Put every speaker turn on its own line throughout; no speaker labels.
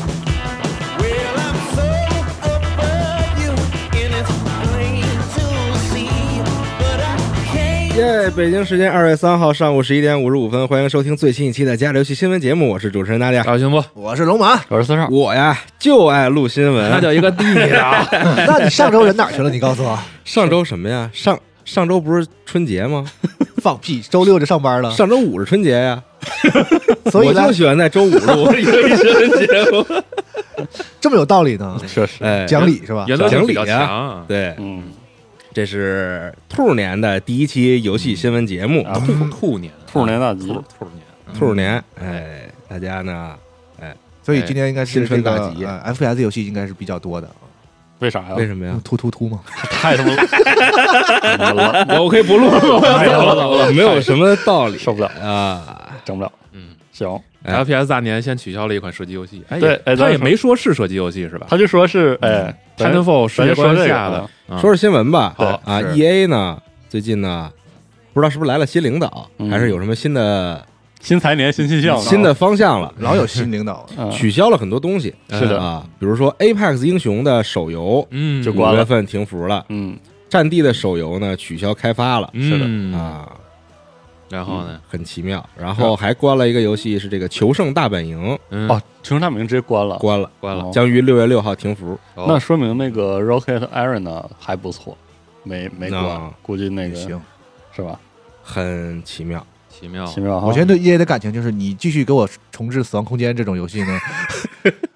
Well, I'm so above you, and it's plain to see, but I can't.
耶北京时间二月三号上午十一点五十五分，欢迎收听最新一期的《加里游戏新闻节目》，我是主持人大家。
大行不？，
我是龙马
我是四少，
我呀就爱录新
那
闻。
叫一个地道。
那你上周人哪儿去了？你告诉我，
上周什么呀？上上周不是春节吗？
放屁！周六就上班
啊
了，
上周五是春节呀，
所以
我
呢
就，喜欢在周五 录。
这么有道理呢，
确实，
哎，
讲理是吧？
原则性
讲
比较
理啊
强。
对，
啊嗯，
这是兔年的第一期游戏新闻节目，
嗯
兔兔年，
兔年大吉
兔兔年，
兔年，
嗯
哎，大家呢？
所以今天应该是
新春
这个
大吉
呃 FPS 游戏应该是比较多的，
为啥呀
为什么呀？
突突突嘛，
太他妈了，
我可以不录了，我要走了。
我没有什么道理
受不了，
啊。
整不了。
嗯
行，
哎
，FPS 大年先取消了一款射击游戏，哎
对
也
哎咱
他也
说
没说是射击游戏是吧
他就说是哎，
嗯
咱
？Titanfall 世
咱
界
就说
观
这个
下
啊
的，啊
说说新闻吧。
好
啊
是
，E A 呢，最近呢，不知道是不是来了新领导，
嗯
还是有什么新的
新财年新气象，啊
新的方向了，
老有新领导，
嗯
取消了很多东西。
是嗯的
啊，比如说 Apex 英雄的手游，
嗯，
就
五
关了
月份停服了，
嗯，
战地的手游呢取消开发了
是的
嗯，
啊，
然后呢，
很奇妙。然后还关了一个游戏，是这个《求胜大本营》
嗯，
哦，求生大本营直接关了，
关了，
关了
哦，
将于六月六号停服。
哦
那说明那个 Rocket Arena 还不错，没没关
啊，
估计那个
哎行。
是吧？
很奇 妙，
奇妙，
奇妙哈，
我现在对 EA 的感情就是，你继续给我重置《死亡空间》这种游 戏呢，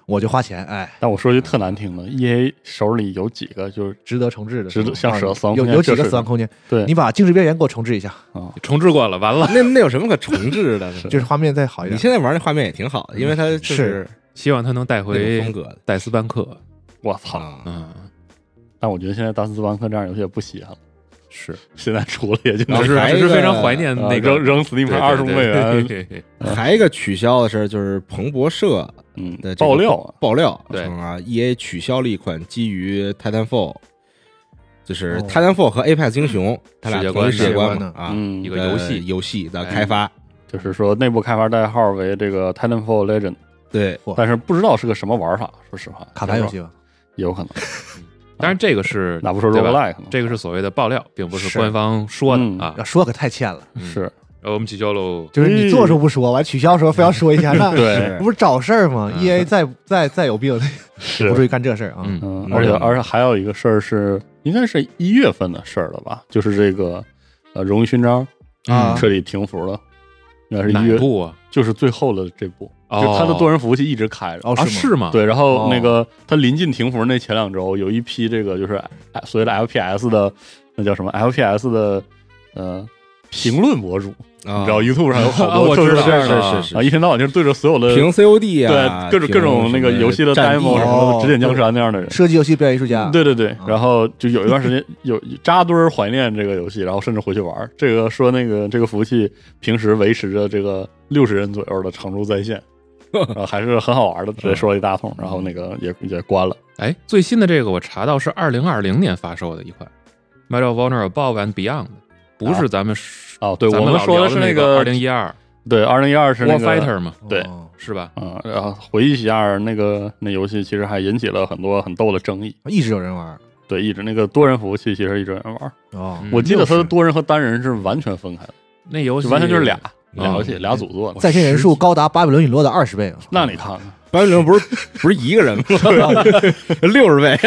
我就花钱，哎，
但我说句特难听的，EA 手里有几个就是
值得重置的，
值得
是吧
像
啊
蛇死亡
有
空间
有几
就
个
是
《死亡空间》，
对
你把《静止边缘》给我重置一下，
重置过了，完了，
那那有什么可重置的呢？
就是画面再
哎
好一
你
点。
现在玩那画面也挺好的，因为
嗯
它就是
希望他能带
那种
回
风格的
戴斯班克，
我操！
啊。
嗯，
但我觉得现在达斯邦克这样游戏也不稀罕了，
是，
现在出了也就
然
那
后
只是
还有
只
一
是
个
非常怀念
啊
那个
扔扔 Steam 二十五美 元，
元，
还有一个取消的事儿就是彭博社
嗯
的，这个
爆料啊，
爆料
对
称啊，EA 取消了一款基于 Titanfall，就是
哦嗯
Titanfall 和 Apex 英雄，它俩
世界
同一
观
世界观
世界观
嘛
的
啊，
嗯
一，个
呃
游戏
游戏
哎
的开发，
就是说内部开发代号为这个 Titanfall Legend，
对，
哇
但是不知道是个什么玩法，说实话，
卡牌游戏吧，
也有可能，
当然这个是
哪不说
对吧
roguelike 呢？
这个是所谓的爆料，并不是
是
官方说
嗯
的啊
要。说可太欠了，
嗯
是
呃我们取消喽，
就是你做的时候不说，完取消的时候非要说一下，那
对
不是找事儿吗
嗯
？EA 再再再有病，
是
不至于干这事儿啊。
嗯，
嗯，
嗯
而且而且还有一个事儿是，应该是一月份的事儿了吧？就是这个呃荣誉勋章
啊
彻底停服了，应该是
哪
一
一
月，
部啊？
就是最后的这部，
哦
就是他的多人服务器一直开着。
哦，
啊，
是吗？
是吗？，
对，然后
哦
那个他临近停服那前两周，有一批这个就是哎所谓的 FPS 的那叫什么 FPS 的呃评论博主，
啊，
你知道 YouTube 上有好多
我
特
知
别
道
这样
是
的
是
啊，一天到晚就是对着所有的
评 COD 啊，
对各种各种
评
那个
什么
游戏的
战地
demo
啊
什么
哦
的，指点江山那样的人，
射击游戏表演艺术家，
对对对，
啊
然后就有一段时间有扎堆儿怀念这个游戏，然后甚至回去玩儿。这个说那个这个服务器平时维持着这个六十人左右的常驻在 线，啊，还是很好玩的。直接说了一大通，然后那个也也关了。
哎，最新的这个我查到是二零二零年发售的一款《Medal of Honor Above and Beyond》，不是咱们
哦，啊对，
咱
我们
老
说
聊
的
的
是那
个
个
二零一二
对二零一二是
War
那个
Fighter 嘛，
哦
对
是吧？
嗯，然后回忆一下那个那游戏，其实还引起了很多很逗的争议。
一直有人玩儿
对，一直那个多人服务器其实一直有人玩儿，
哦
嗯
啊我记得它的
60
多人和单人是完全分开的，
那游戏
就完全就是俩俩
嗯
游戏俩组做的。
哦在线人数高达《巴比伦陨落》的二十倍啊，
那 你看看。
八零零不是不是一个人吗？六十 倍，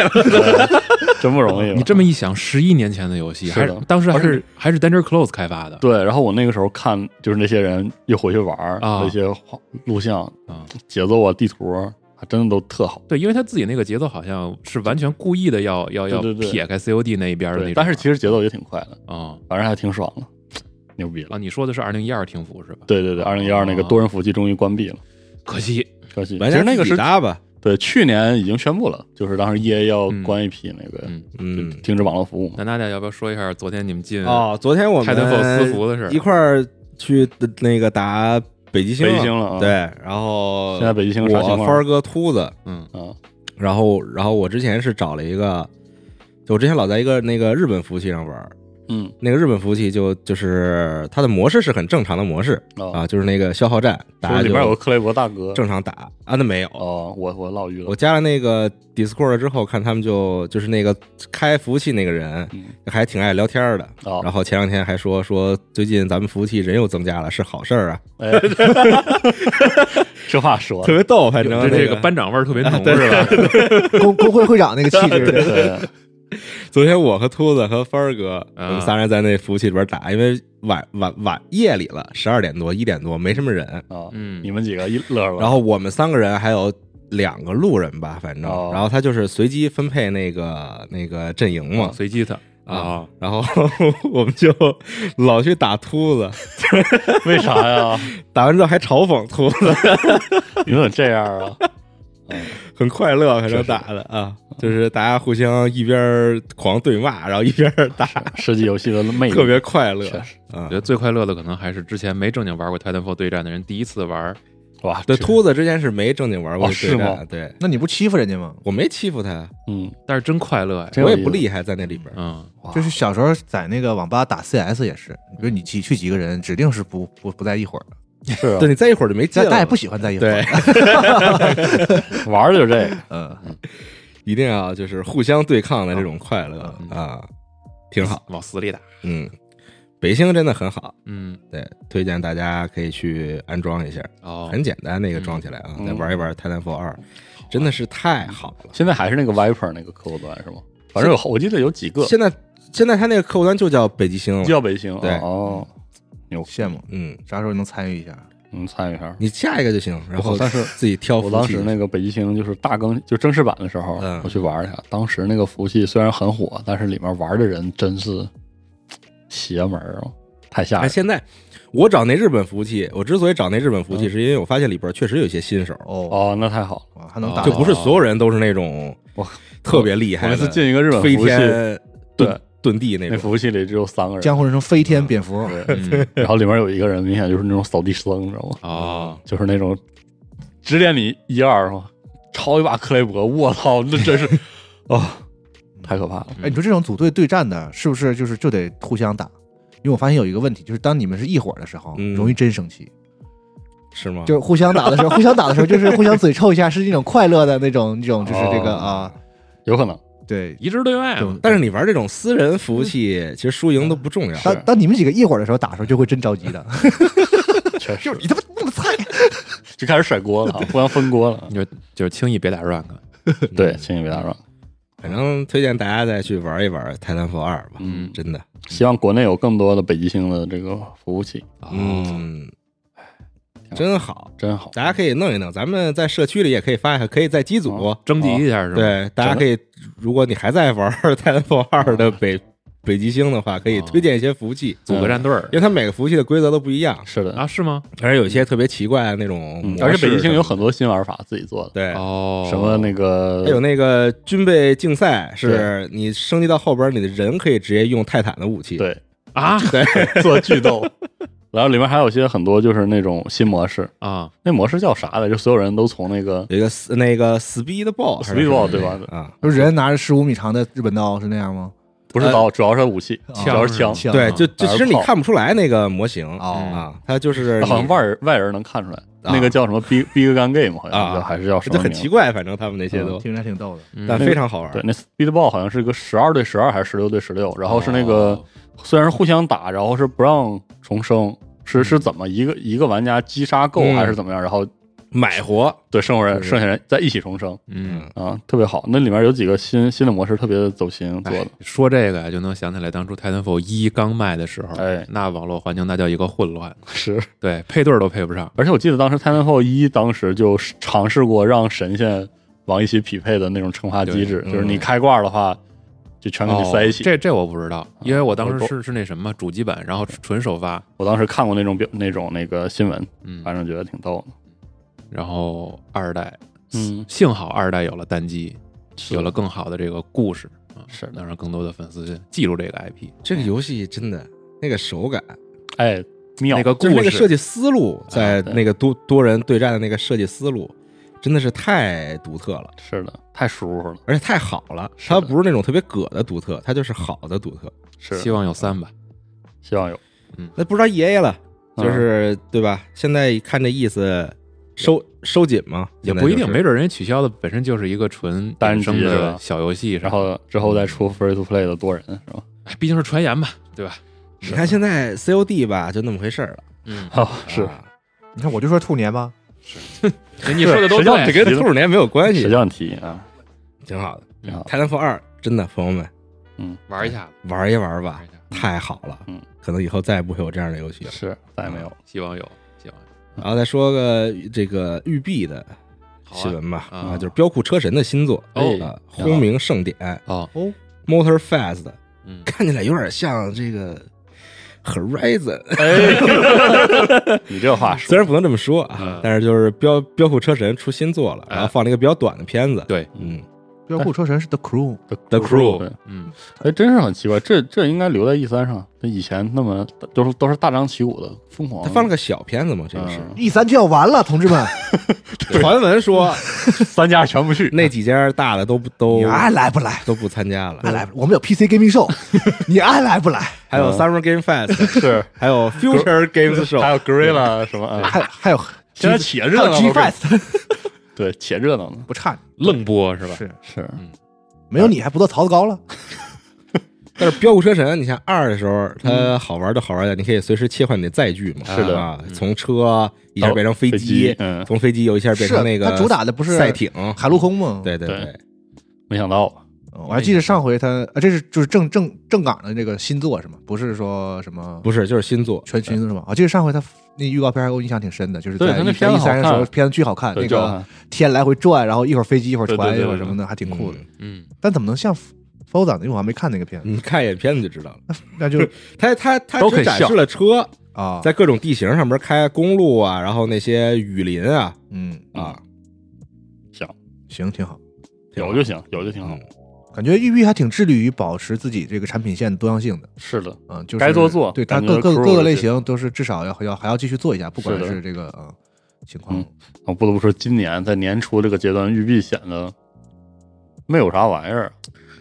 真不容易。
你这么一想，十一年前的游戏，
是
还
的
当时还
而
是还是 Danger Close 开发的，
对，然后我那个时候看，就是那些人又回去玩儿
啊
那些录像
啊、
节奏啊、地图啊，还真的都特好。
对，因为他自己那个节奏好像是完全故意的要要要
对对对
撇开 COD 那一边的那种，
对，但是其实节奏也挺快的，
啊，
反正还挺爽的。牛逼了。
啊，你说的是二零一二停服是吧？
对对对，二零一二那个
啊
多人服务器终于关闭了，
可惜
可惜。
玩
其
家
实那个
自己
是
搭吧，
对去年已经宣布了，就是当时 E A 要关一批那个
嗯
嗯，
停止网络服务嘛。
那娜娜要不要说一下昨天你们进
哦，昨天我们
泰坦否私服的事儿
一块儿去的那个打北极星了，
北极星了啊
对，然后
现在北极星啥情
我
况
帆儿哥秃子，
嗯
啊？
然后然后我之前是找了一个，就我之前老在一个那个日本服务器上玩儿，
嗯
那个日本服务器就就是它的模式是很正常的模式
啊，
啊，就是那个消耗战
就是
打
里面有个
就
克雷伯大哥。
正常打啊，那没有。
哦，我我落鱼了
我。加了那个 Discord 之后，看他们就就是那个开服务器那个人，
嗯
还挺爱聊天儿的。
哦
然后前两天还说说最近咱们服务器人又增加了，是好事儿啊，
哎， 这话说
特
的，
别逗。反正
这这
那
个
个
班长味儿特别浓是吧？
工工会会长那个气质，
对，
昨天我和秃子和帆儿哥，我
啊
们仨人在那服务器里边打，因为晚晚晚夜里了，十二点多一点多没什么人。
啊，
嗯
你们几个一乐了，
然后我们三个人还有两个路人吧，反正，
哦
然后他就是随机分配那个那个阵营嘛，
嗯随机的
哦
啊，然后 我们就老去打秃子，
为啥呀？
打完之后还嘲讽秃子，
你们怎么这样啊？
很快乐，反正打的啊，就是大家互相一边狂对骂，然后一边打，
射击游戏的魅力
特别快乐
确实
我
啊
觉。得最快乐的可能还是之前没正经玩过《Titanfall 对战》的人第一次玩，
哇，
对，
这
秃子之前是没正经玩过
哦
对
是吗
战，对
那你不欺负人家吗？
我没欺负他，
嗯，
但是真快乐呀！
真
我
有
也
意
不
思
厉害，在那里边。
嗯，
就是小时候在那个网吧打 CS 也是，比如你几去几个人，指定是不不不在一伙儿的，
是啊
对你在一会儿就没劲
但
了，
但也不喜欢在一伙儿。
对，
玩儿就这个，
嗯，
一定要就是互相对抗的这种快乐
嗯
啊，挺好。
往死里打。
嗯，北星真的很好，
嗯，
对，推荐大家可以去安装一下，
哦，
很简单，那个装起来啊，
嗯
再玩一玩《泰坦 f 二》，真的是太好了。
现在还是那个 Viper 那个客户端是吗？反正有，我记得有几个
现在现在它那个客户端就叫北极星了，
叫北星，
对
哦，牛，
羡慕，
嗯，
啥时候能参与一下？
嗯，参与一下。
你下一个就行，然后
我当时
自己哦挑服
我
务器。
当时那个北极星就是大更就正式版的时候
嗯，
我去玩儿一下。当时那个服务器虽然很火，但是里面玩儿的人真是邪门儿啊，太吓
哎，
人了。
现在我找那日本服务器，我之所以找那日本服务器，
嗯
是因为我发现里边确实有一些新手，
哦，
哦，那太好了！
哇还能打
就
到，
不是所有人都是那种
我
特别厉
我
害
每
的，
次进一个日本
飞
服务器，
天遁
对
遁地那
那
种。
服务器里只有三个人，
哦江湖人称飞天蝙蝠，
嗯
然后里面有一个人明显就是那种扫地僧，你知道吗？
哦，
就是那种指点你一二嘛，抄一把克雷伯，我操，那 真是哦，太可怕了。
哎，你说这种组队对战的，是不是就是就得互相打？因为我发现有一个问题，就是当你们是一伙儿的时候，
嗯
容易真生气。
是吗？
就是互相打的时候，互相打的时候，就是互相嘴臭一下，是那种快乐的那种，那种就是这个
哦
啊，
有 可能
对。
一致对外嘛。
但是你玩这种私人服务器，其实输赢都不重要。
当当你们几个一伙儿的时候打的时候，就会真着 急的。
确实
你他妈那么菜，
就开始甩锅了，互相分锅了啊
你。就就是轻易别打 rank，
嗯
对，轻易别打扰。
反正推荐大家再去玩一玩《泰坦 f 二》吧，
嗯
真的，
希望国内有更多的北极星的这个服务器，
哦，
嗯，真好，
真好。
大家可以弄一弄，咱们在社区里也可以发一下，可以在机组，
哦
征集一下是吧？，
对，大家可以，如果你还在玩《泰坦 f 二》的北北极星的话，可以
哦
推荐一些服务器，
组个战队儿
因为它每个服务器的规则都不一样，
是的，
啊？是吗？
而且有一些特别奇怪的那种模
嗯
式，
而且北极星有很多新玩法，自己做的，
对。
哦，
什么那个
还有那个军备竞赛，是你升级到后边，你的人可以直接用泰坦的武器。
对
啊
做剧斗， 然后里面还有一些很多就是那种新模式，
啊？
那模式叫啥来着？就所有人都从那个
有一个 s- 那个 Speed Ball 还是什么
Speed Ball，对吧
啊，
就是人拿着十五米长的日本刀是那样吗？
不是刀，主要是武器，
啊
主要是枪，
枪
对，就就
还
其
是
实你
炮
看不出来那个模型
哦
啊，它就是
好像
你
外人外人能看出来，
啊
那个叫什么 “big big gun game” 好像
啊
叫还是叫什
就
么
很
名？
奇怪，反正他们那些都，
听着还挺逗的。
嗯
但非常好玩。
对，那 speed ball 好像是个十二对十二还是十六对十六，然后是那个
哦
虽然是互相打，然后是不让重生，
嗯
是是怎么一个一个玩家击杀够
嗯
还是怎么样？然后
买活
对剩下人
是
剩下人在一起重生
嗯。
啊，特别好。那里面有几个新新的模式特别走心做
哎
的，
说这个呀，就能想起来当初《Titanfall 一》刚卖的时候，
哎
那网络环境那叫一个混乱，
是。
对，配对儿都配不上。
而且我记得当时《Titanfall 一》当时就尝试过让神仙往一起匹配的那种惩罚机制，
对嗯
就是你开挂的话，就全给你塞一
哦
起。啊
这这我不知道，因为我当时
我
是是那什么主机版，然后纯首发，
我当时看过那种表那种那个新闻，
嗯，
反正觉得挺逗的。
然后二代，
嗯
幸好二代有了单机，有了更好的这个故事啊，
是的
能让更多的粉丝记住这个 IP，
这个游戏真的那个手感，
哎，妙
那个故
就是那个设
事，
计思路，在
啊对
那个多多人对战的那个设计思路，真的是太独特了，
是的，太舒服了，
而且太好了。
是
它
的
不是那种特别葛的独特，它就是好的独特。
是嗯
希望有三吧，
希望有
那不知道 E A 了，
嗯
就是对吧？现在看这意思，收收紧嘛，
也
现在
不一
就
定，
是
没准人家取消的本身就是一个纯
单
衍生
机是
的
吧
小游戏，
然后之后再出 free to play 的多人 是吧？
哎毕竟是传言吧，对吧？
你看现在 C O D 吧，就那么回事儿了。
嗯，
哦，是，
啊
你看我就说兔年吧，
你说的都
实际上
对，
这
这跟兔鼠年没有关
谁
系，嗯
叫你提啊？
挺好的。
挺好
《泰坦 f 二》真的，朋友们
玩一下吧，
玩一玩吧
玩一，下，
太好了。
嗯，
可能以后再也不会有这样的游戏了。
嗯
是，再也没有。
希望有，希望有。
然后再说个这个育碧的
好啊
新闻吧，
啊
就是《飙酷车神》的新作，
哦
啊轰鸣盛典
哦，
（Motor Fest），
嗯，
看起来有点像这个 Horizon，
你这话
虽
说，
然不能这么说啊
嗯，
但是就是《飙飙酷车神》出新作了，然后放了一个比较短的片子。
对，
嗯
标酷车神是 The Crew，
，The Crew，
对
嗯，
哎，真是很奇怪，这这应该留在 E 三上。那以前那么都是都是大张旗鼓的疯狂，
他放了个小片子嘛，这个是
嗯
E 一三就要完了，同志们，
传闻说
三家全不去，
那几家大的都不
你
都
爱来不来？
都不参加了
爱，来不来，我们有 PC Gaming Show，你爱来不来？
还有
嗯
Summer Game Fest，
是
还 有 Future Games Show，
有 Gorilla 什么啊？
还还有
现在且热
还
闹
有
了
G
我感
Fest，
对，且热闹呢。
不差你
愣播是吧？
是
是，
没有你还不到槽子高了？
但是《飙酷车神》，你像二的时候，它好玩就好玩在你可以随时切换你的载具嘛，
是的
啊，从车一下变成飞
飞
机，
嗯，
从飞机又一下变成那个
是它主打的不是
赛艇，
海陆空嘛，
对对
对，没想到
嗯，我还记得上回他啊，这是就是正正正港的那个新作是吗？不是说什么
不是就是新作，
全新是吗？我记得上回他那预告片给我印象挺深的，就是
对
在
他那
一
片子
一三的
好
时候
看
片子巨好看，
对
那
就
个天来回转，然后一会儿飞机一会儿船一会儿什么的，还挺酷的。
嗯
嗯，
但怎么能像 f o d a 呢？因为我还没看那个 片子，
你看一眼片子就知道了。
那就
它它它
都可
只
以
展
笑
示了车
啊，
在各种地形上面开公路啊，然后那些雨林啊
嗯，
啊，
行，
行，挺好。
挺好
有就行，有就挺好
嗯。
感觉育碧还挺致力于保持自己这个产品线的多样性的，
是的，
嗯，就是
该做做
对它
感觉
各各
Crew
各个
是
类型都是至少要要还要继续做一下，不管
是的
是这个嗯情况
嗯，我不得不说，今年在年初这个阶段，育碧显得没有啥玩意儿。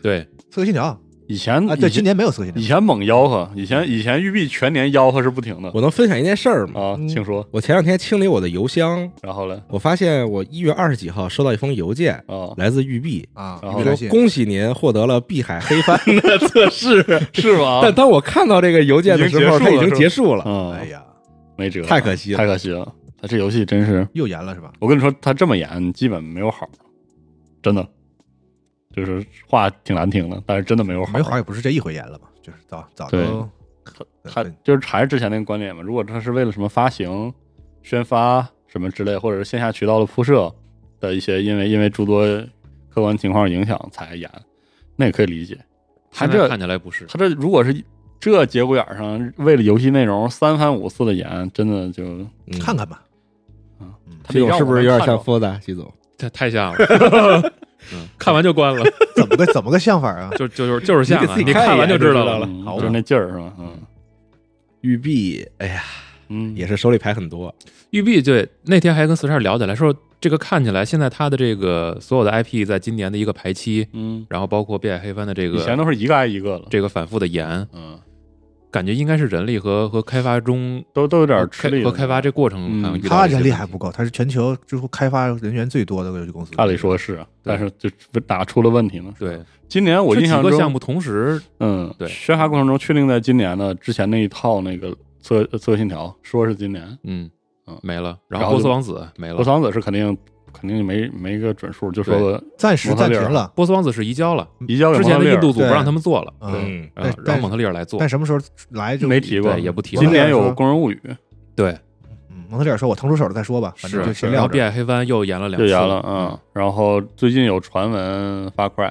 对，
刺客信条
以前
啊，
以
对，
前
今年没有刺客信条
以，前猛吆喝，以前以前育碧全年吆喝是不停的
我能分享一件事儿吗？
啊，
嗯
请说。
我前两天清理我的邮箱，
然后嘞
我发现我一月二十几号收到一封邮件，
啊，
来自育碧，
啊，
然
你别
后
说
担心
恭喜您获得了碧海黑 帆的测试。
是吗？
但当我看到这个邮件的时候，
哦已
它已
经结束了
经结束了。
嗯，
哎呀，
没辙，
太可惜了
太可惜了。他这游戏真是，
又严了是吧？
我跟你说，他这么演基本没有好，真的，就是话挺难听的，但是真的没有好。
没好也不是这一回严了嘛，就是早早
哦对
就
他就是还是之前那个观点嘛。如果他是为了什么发行、宣发什么之类，或者是线下渠道的铺设的一些，因为因为诸多客观情况影响才演，那也可以理解。他
现在
这
看起来不是，
他这如果是这节骨眼儿上为了游戏内容三番五次的演，真的就
嗯
看看吧。
他
这种是不是有点像
疯？
f 达 d 习总？
太太像了，嗯，看完就关了，
怎么个怎么个想法 啊？
就就就是就是像啊，
你给自己
你
看一
看完
眼
就
就
知道
知道
了
了，
嗯
好吧
就是那劲儿是吧？嗯
育碧，哎呀，
嗯，
也是手里牌很多。
育碧对，那天还跟四十二聊起来，说这个看起来现在它的这个所有的 IP 在今年的一个排期，
嗯，
然后包括《碧海黑帆》的这
以前
个
都是一个挨一个了，
这个反复的延，
嗯，
感觉应该是人力和和开发中
都都
和
有点吃
开
力
和开发这过程
嗯
上遇到的一些
他人力
问题
还不够，他是全球就是开发人员最多的游戏公司。
按理说是啊，但是就哪出了问题呢？
对，
今年我
这
印象
几个
中，
项目同时
嗯，
对
宣发过程中确定在今年的之前那一套那个测测信条，说是今年，
嗯
嗯
没了，然
然
后
后
波
就
斯王子没
罗
了，
桑子是肯定肯定没没个准数，就说
暂时
蒙特
暂
利
停
尔啊
了，
波斯王子是移交了，
移交给
之
蒙
前
特
的
利
印
尔
度组不
对
让他们做了，
嗯，
嗯，
啊
但
然后
但
蒙特利尔来做
但，什么时候来就
没提过，
对也不提了
今年
蒙特
有
利尔
《
说
工人物语》
对，，
嗯蒙特利尔说我腾出手了再说吧，反正就是先
然后
撂
碧
着。
海黑帆又延了两嗯
就
次，
演了，嗯，然后最近有传闻发快，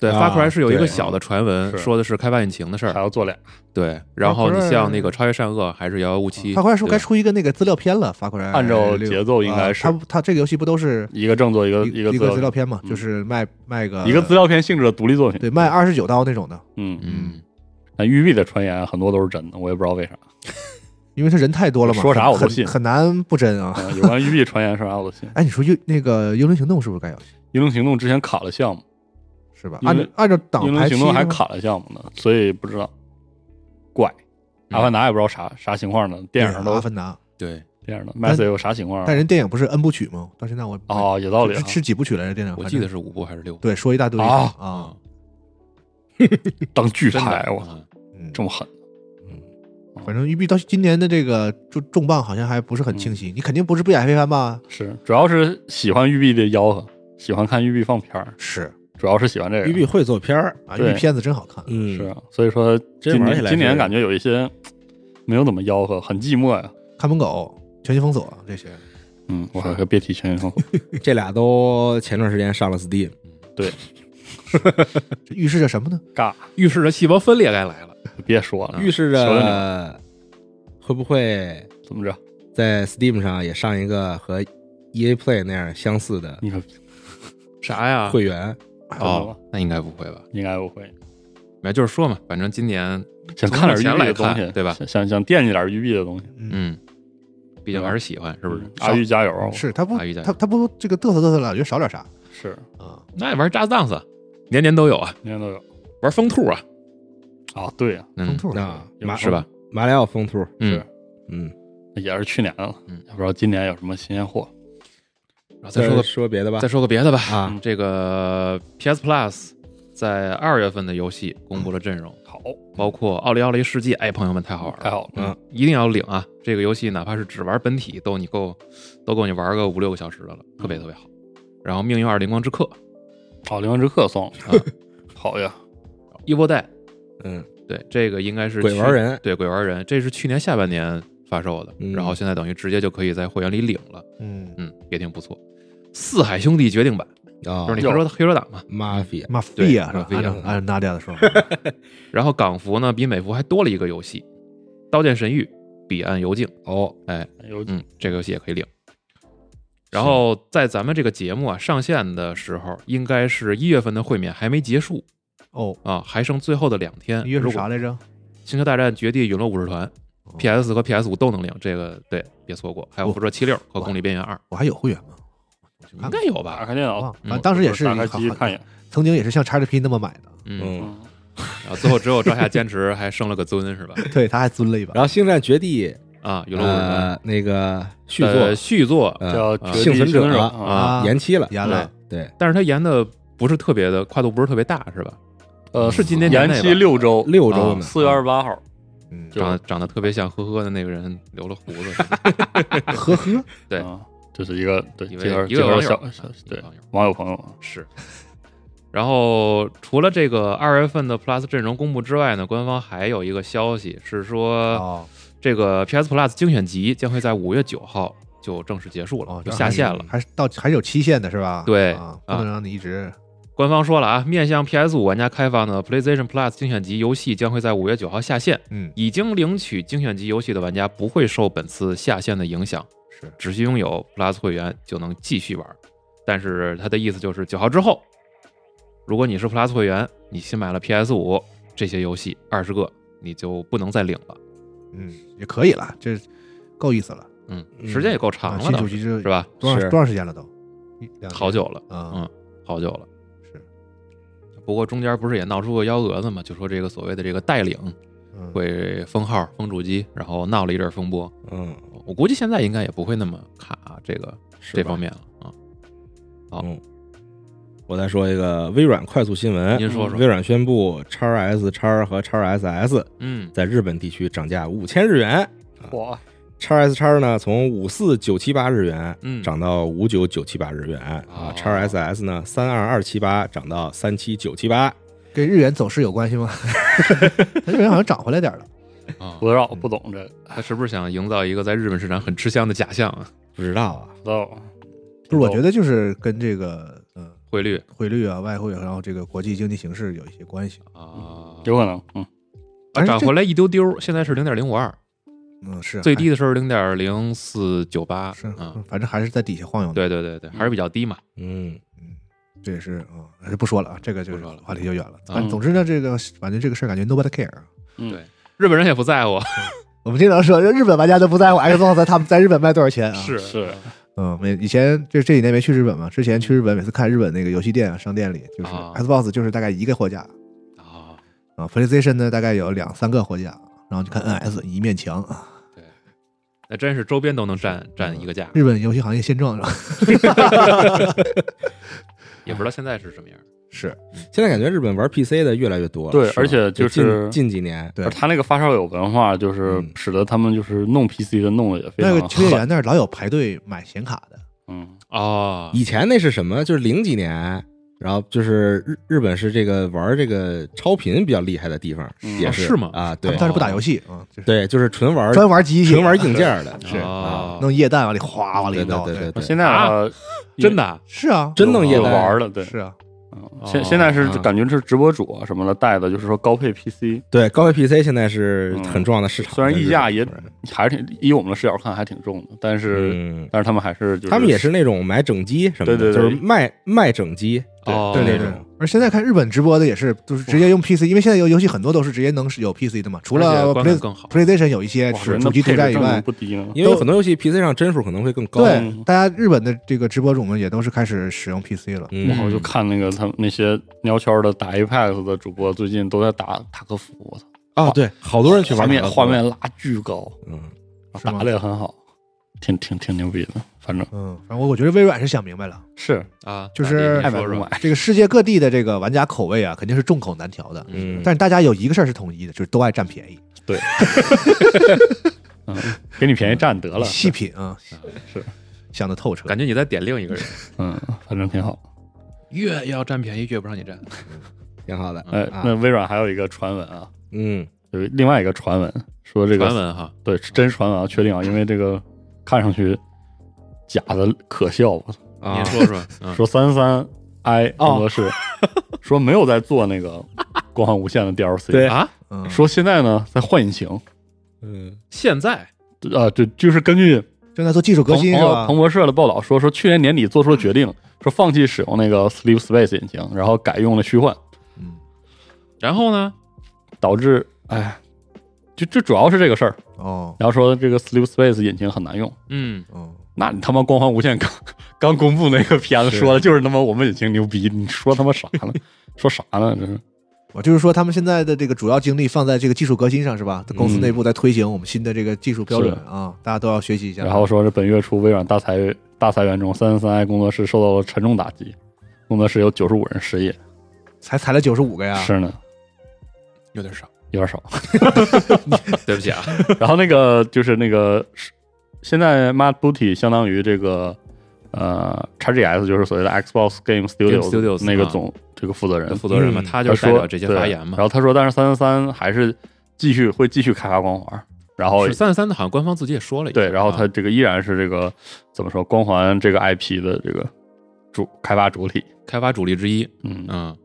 对
啊
Far Cry 是有一个
对
小的传闻，
是
说的是开发引擎的事
还
儿。
要做俩，
对，然后
Far
你
Cry
像那个《超越善恶》还是《遥遥无期》，
发快嗯是不是
对
该出一个那个资料片了？发快
按照节奏应该是
他他这个游呃戏不都是
一个正作，一个
哎一
个
一
资料
资料片嘛，
嗯
就是卖卖个
一个资料片性质的独立作品。
对卖二十九刀那种的，
嗯，
嗯，
但育碧的传言很多都是真的，我也不知道为啥。
因为他人太多了嘛，
说啥我都
很
信
很难不真啊。
嗯有关育碧传言是啥我都信。《
哎，你说幽那个《幽灵行动》是不是该有？
英雄行动》之前卡了项目，
是吧？
幽
按
灵
照按照
《
党
英雄
排期的
行动》
话
还卡了项目呢，所以不知道。怪，
嗯
阿凡达也不知道啥啥情况呢，电影上
对阿
都啊
凡达，
对，
电影的 m a s 有啥情况啊？
但人电影不是 N 部曲吗？到现在我
哦，有道理啊
是，是几部曲来着？电影
我
反
记
正
得是五部还是六部？嗯
对，说一大堆
啊
啊，
当剧
真的，
拍我
嗯
嗯
这么狠，
反正育碧到今年的这个重重磅好像还不是很清晰，
嗯
你肯定不是不演黑帆吧？
是主要是喜欢育碧的吆喝，喜欢看育碧放片儿，
是
主要是喜欢这个
玉碧会做片儿，
啊，育
对
碧片子真好看，
嗯
啊是啊，所以说
真
今
玩起
年
来
今年
是
感觉有一些没有怎么吆喝，很寂寞呀。
看门狗、全新封锁这些，
嗯，我还可别提全员风，
这俩都前段时间上了 Steam，
这预示着什么呢？
尬，
预示着细胞分裂该来了。
别说
啊
了，
预示
求着
着会不会
怎么着？
在 Steam 上也上一个和 EA Play 那样相似的
你可
啥呀？
会员？
哦，
啊
那应该不会吧？
应该不会，
没，就是说嘛，反正今年，
想看点育
从目
碧的
前来
东
看
西，
对吧
想想想惦记点育碧的东西，
嗯，哎毕竟还是喜欢，是
是
不是？
阿玉加油啊！
嗯是他不
哦阿玉在
他他不这个嘚瑟嘚瑟了，觉少点啥
是，
啊？
那也玩扎档子，年年都有啊，
年年都有
玩疯兔啊，
啊，对呀，
嗯
风，兔
啊，
有
马
是吧？
马里奥风兔，
嗯，
是
嗯，
也是去年了
嗯，
也不知道今年有什么新鲜货。
然后再说个
说别的吧
再。说个别的吧
啊
嗯这个 PS Plus 在二月份的游戏公布了阵容，
好，
包括《奥利奥利世界》，哎，朋友们太好玩
太
了，
好了，
嗯，
一定要领啊！这个游戏哪怕是只玩本体，都你够都够你玩个五六个小时的了，特别特别好。然后《命运二：灵光之客》
好，灵魂之客送了
啊，
好呀，
《一波带》，
嗯，
对，这个应该是
鬼
去
玩人
对鬼玩人，这是去年下半年发售的，
嗯
然后现在等于直接就可以在会员里领了，
嗯，
嗯，也挺不错。四海兄弟决定版，
啊
就是你黑手黑手党嘛。
，Mafia
马菲啊，是
对马菲
吧？按照
啊
按照 Nadia 的说法，
然后港服呢，比美服还多了一个游戏，《刀剑神域：彼岸游境》。
哦，
哎，
有
嗯，这个游戏也可以领。然后在咱们这个节目啊上线的时候，应该是一月份的会免还没结束
哦，
啊，还剩最后的两天。
一月是
如果
啥来着？
《星球大战：绝地陨落武士团》
哦
PS 和 PS 五都能领，这个对别错过。还有《
我
辐射七六》和
我
《公里边缘二
我还有会员吗？》，
应该有
打
吧？
开电
忘了
脑，
反正当时嗯也是
打开机
好
看一眼，
曾经也是像 XGP 那么买的，
嗯，
嗯。
嗯，
然后最后只有赵夏坚持，还剩了个尊是吧？
对，他还尊了一把。
然后《星战绝地》
啊，陨落武士团
呃那个续
呃
作
续作，
呃
叫
啊
绝
幸
地
存
生
者
肉
啊嗯
啊，
啊
延期了，嗯
原来
对
但是它延的不是特别的跨度，不是特别大是吧？
呃，
是今年年
延
内
期
吧
六周，
六
啊
周呢，
四月二十八号，
嗯，
就
长得长得特别像呵呵的那个人留了胡子，
呵呵，
对
啊，就是一个对
一
这
位
个
一
这
个
个
网友啊嗯
小小，
一个
对
网友
网友朋友啊，
是。然后除了这个二月份的 Plus 阵容公布之外呢，官方还有一个消息是说，
哦
这个 PS Plus 精选集将会在五月九号就正式结束了
哦，，
就
这
下线了。
还是到还是有期限的是吧？
对
啊，不
啊
能让你一直
官方说了啊，面向 PS 五玩家开放的 PlayStation Plus 精选集游戏将会在五月九号下线。
嗯
已经领取精选集游戏的玩家不会受本次下线的影响，
是
只需拥有 Plus 会员就能继续玩。但是他的意思就是九号之后，如果你是 Plus 会员，你新买了 PS 五这些游戏二十个，你就不能再领了。
嗯也可以了，这够意思了。
嗯，
嗯
时间也够
啊，
长了
新
的，
主机这
是吧？
多长
是
多长时间了都？一两年
好久了，
啊
嗯，好久了。
是，
不过中间不是也闹出个幺蛾子嘛？就说这个所谓的这个代领
嗯
会封号、封主机，然后闹了一阵风波。
嗯，
我估计现在应该也不会那么卡这个
是
这
吧
方面了啊。
我再说一个微软快速新闻，
啊您说说
微软宣布 x S x 和 x SS
嗯
在日本地区涨价五千日元
啊哇，
x S x 呢从五四九七八日元
嗯
涨到五九九七八日元啊
哦
x SS 呢三二二七八涨到三七九七八，
跟日元走势有 关系吗？日元好像涨回来点儿了，
啊
不，知道不懂这个，
他是不是想营造一个在日本市场很吃香的假象啊？
不知道啊，
不知道，
不是？我觉得就是跟这个嗯
汇率
汇率啊、外汇，然后这个国际经济形势有一些关系。
啊，
有可能，嗯，
啊
但是
涨
这
回来一丢丢，现在是零点零五二，
嗯，是
最低的时候零点零四九八，
还是
嗯，，
反正还是在底下晃悠的。
对对对对，还是比较低嘛。
嗯，
这也是啊，哎就不说了啊，这个就
不
是
说了
话题就远了。
嗯
反正总之呢，这个反正这个事儿感觉 nobody care 啊。
日本人也不在乎，
我们经常说，日本玩家都不在乎 Xbox 在他们在日本卖多少钱啊？，
是，
嗯，没以前就这几年没去日本嘛，之前去日本每次看日本那个游戏店啊、商店里，就是
啊
Xbox 就是大概一个货架
啊，
啊，PlayStation 呢大概有两三个货架，然后就看 NS 一面墙啊。
那真是周边都能占占一个价，
日本游戏行业现状是吧？
也不知道现在是什么样。
是，
现在感觉日本玩 PC 的越来越多了，
对
是吧
而且就是
近近几年，
对
而他那个发烧友文化，就是
嗯
使得他们就是弄 PC 的弄的也非
那
常
个秋叶
狠，
原那儿老有排队买显卡的，
嗯，
哦，
以前那是什么？就是零几年，然后就是日日本是这个玩这个超频比较厉害的地方，
嗯
也
哦是吗
啊，
他
对
们当时不打游戏啊，就是
对，就是纯玩
专玩机器，
纯玩硬件的，
是
啊，
弄液氮往里哗往里
对对
倒。
对对对，
现在
啊
也
真的啊
是啊，
真弄
也
液
有
氮
玩了，对，
是啊，
嗯
哦
现现在是
啊
感觉是直播主啊什么的带的，就是说高配 PC，
对高配 PC 现在是很重要的市场，
虽然溢价也
在日本
还是挺，以我们的视角看还挺重的，但是
嗯，
但是他们还是就是
他们也是那种买整机什么的，
对对对
就是卖卖整机，
哦，
对
对
那
对
种。
而现在看日本直播的也是，都是直接用 PC，因为现在游游戏很多都是直接能是有 PC 的嘛，除
而且
了
观感
Play
更好
PlayStation 有一些
哇
是
人
主
的
机
配
独
置
占以
真的
外，
不低呢，
因为有很多游戏 PC 上帧数可能会更高，
对
嗯
大家日本的这个直播主们也都是开始使用 PC 了。
嗯
我就看那个他们那些鸟圈的打 Apex 的主播，最近都在打塔科夫，我操，
啊，对，好多人去玩
画面
塔科夫
画，面拉巨高，
嗯，
是吗
打的也很好，挺挺挺牛逼的，反正
嗯，反正我我觉得微软是想明白了，
是
啊，
就是
那
爱
你
买
说
不
说，
买，
这个世界各地的这个玩家口味啊，肯定是众口难调的。
嗯
但是大家有一个事儿是统一的，就是都爱占便宜，
对，嗯，给你便宜占得了，
细品啊，
是
想得透彻。
感觉你在点另一个人，
嗯，反正挺好。
越要占便宜越不让你占。
挺好的，
哎，
啊
那微软还有一个传闻啊，
嗯，
有另外一个传闻说这个
传闻哈，
对是真传闻啊，确定啊，因为这个看上去假的可笑，我操
啊
您，说说，嗯
说三三 i
哦
工作室说没有在做那个《光环 无限》的 DLC，
对
啊，
嗯，
说现在呢在换引擎，
嗯
现在
啊，对，就是根据
正在做技术革
彭
新是
彭
吧
彭？博社的报道说，说去年年底做出了决定，说放弃使用那个 Sleep Space 引擎，然后改用了虚幻，
嗯，
然后呢？
导致哎，就就主要是这个事儿。
哦，
然后说这个 Sleep Space 引擎很难用，
嗯，
嗯，
那你他妈《光环无限》刚 刚公布那个片子
是
说的就是他妈我们引擎牛逼，你说他妈啥 呢？说啥呢？这是
我哦就是说，他们现在的这个主要精力放在这个技术革新上，是吧？公司内部在推行我们新的这个技术标准
嗯是
啊，大家都要学习一下。
然后说是本月初微软大裁大裁员中，三三三
嗯
i 工作室受到了沉重打击，工作室有九十五人失业。
才裁了九十五个呀，
是呢，
啊有点少，
有点少。
对不起啊，
然后那个就是那个是现在 Mad Booty 相当于这个呃 XGS 就是所谓的 Xbox Game Studios,
Game Studios，
那个
啊
总、这个负责人
负责人嘛，
嗯
他就是
他
代
说
表这些
对
发言嘛
然。后他说，但是三三三还是继续会继续开发光环，然后
是三十三的，好像官方自己也说了一下，
对，然后他
啊
这个依然是这个怎么说光环这个 IP 的这个主开发主体，
开发主力之一，
嗯，
嗯，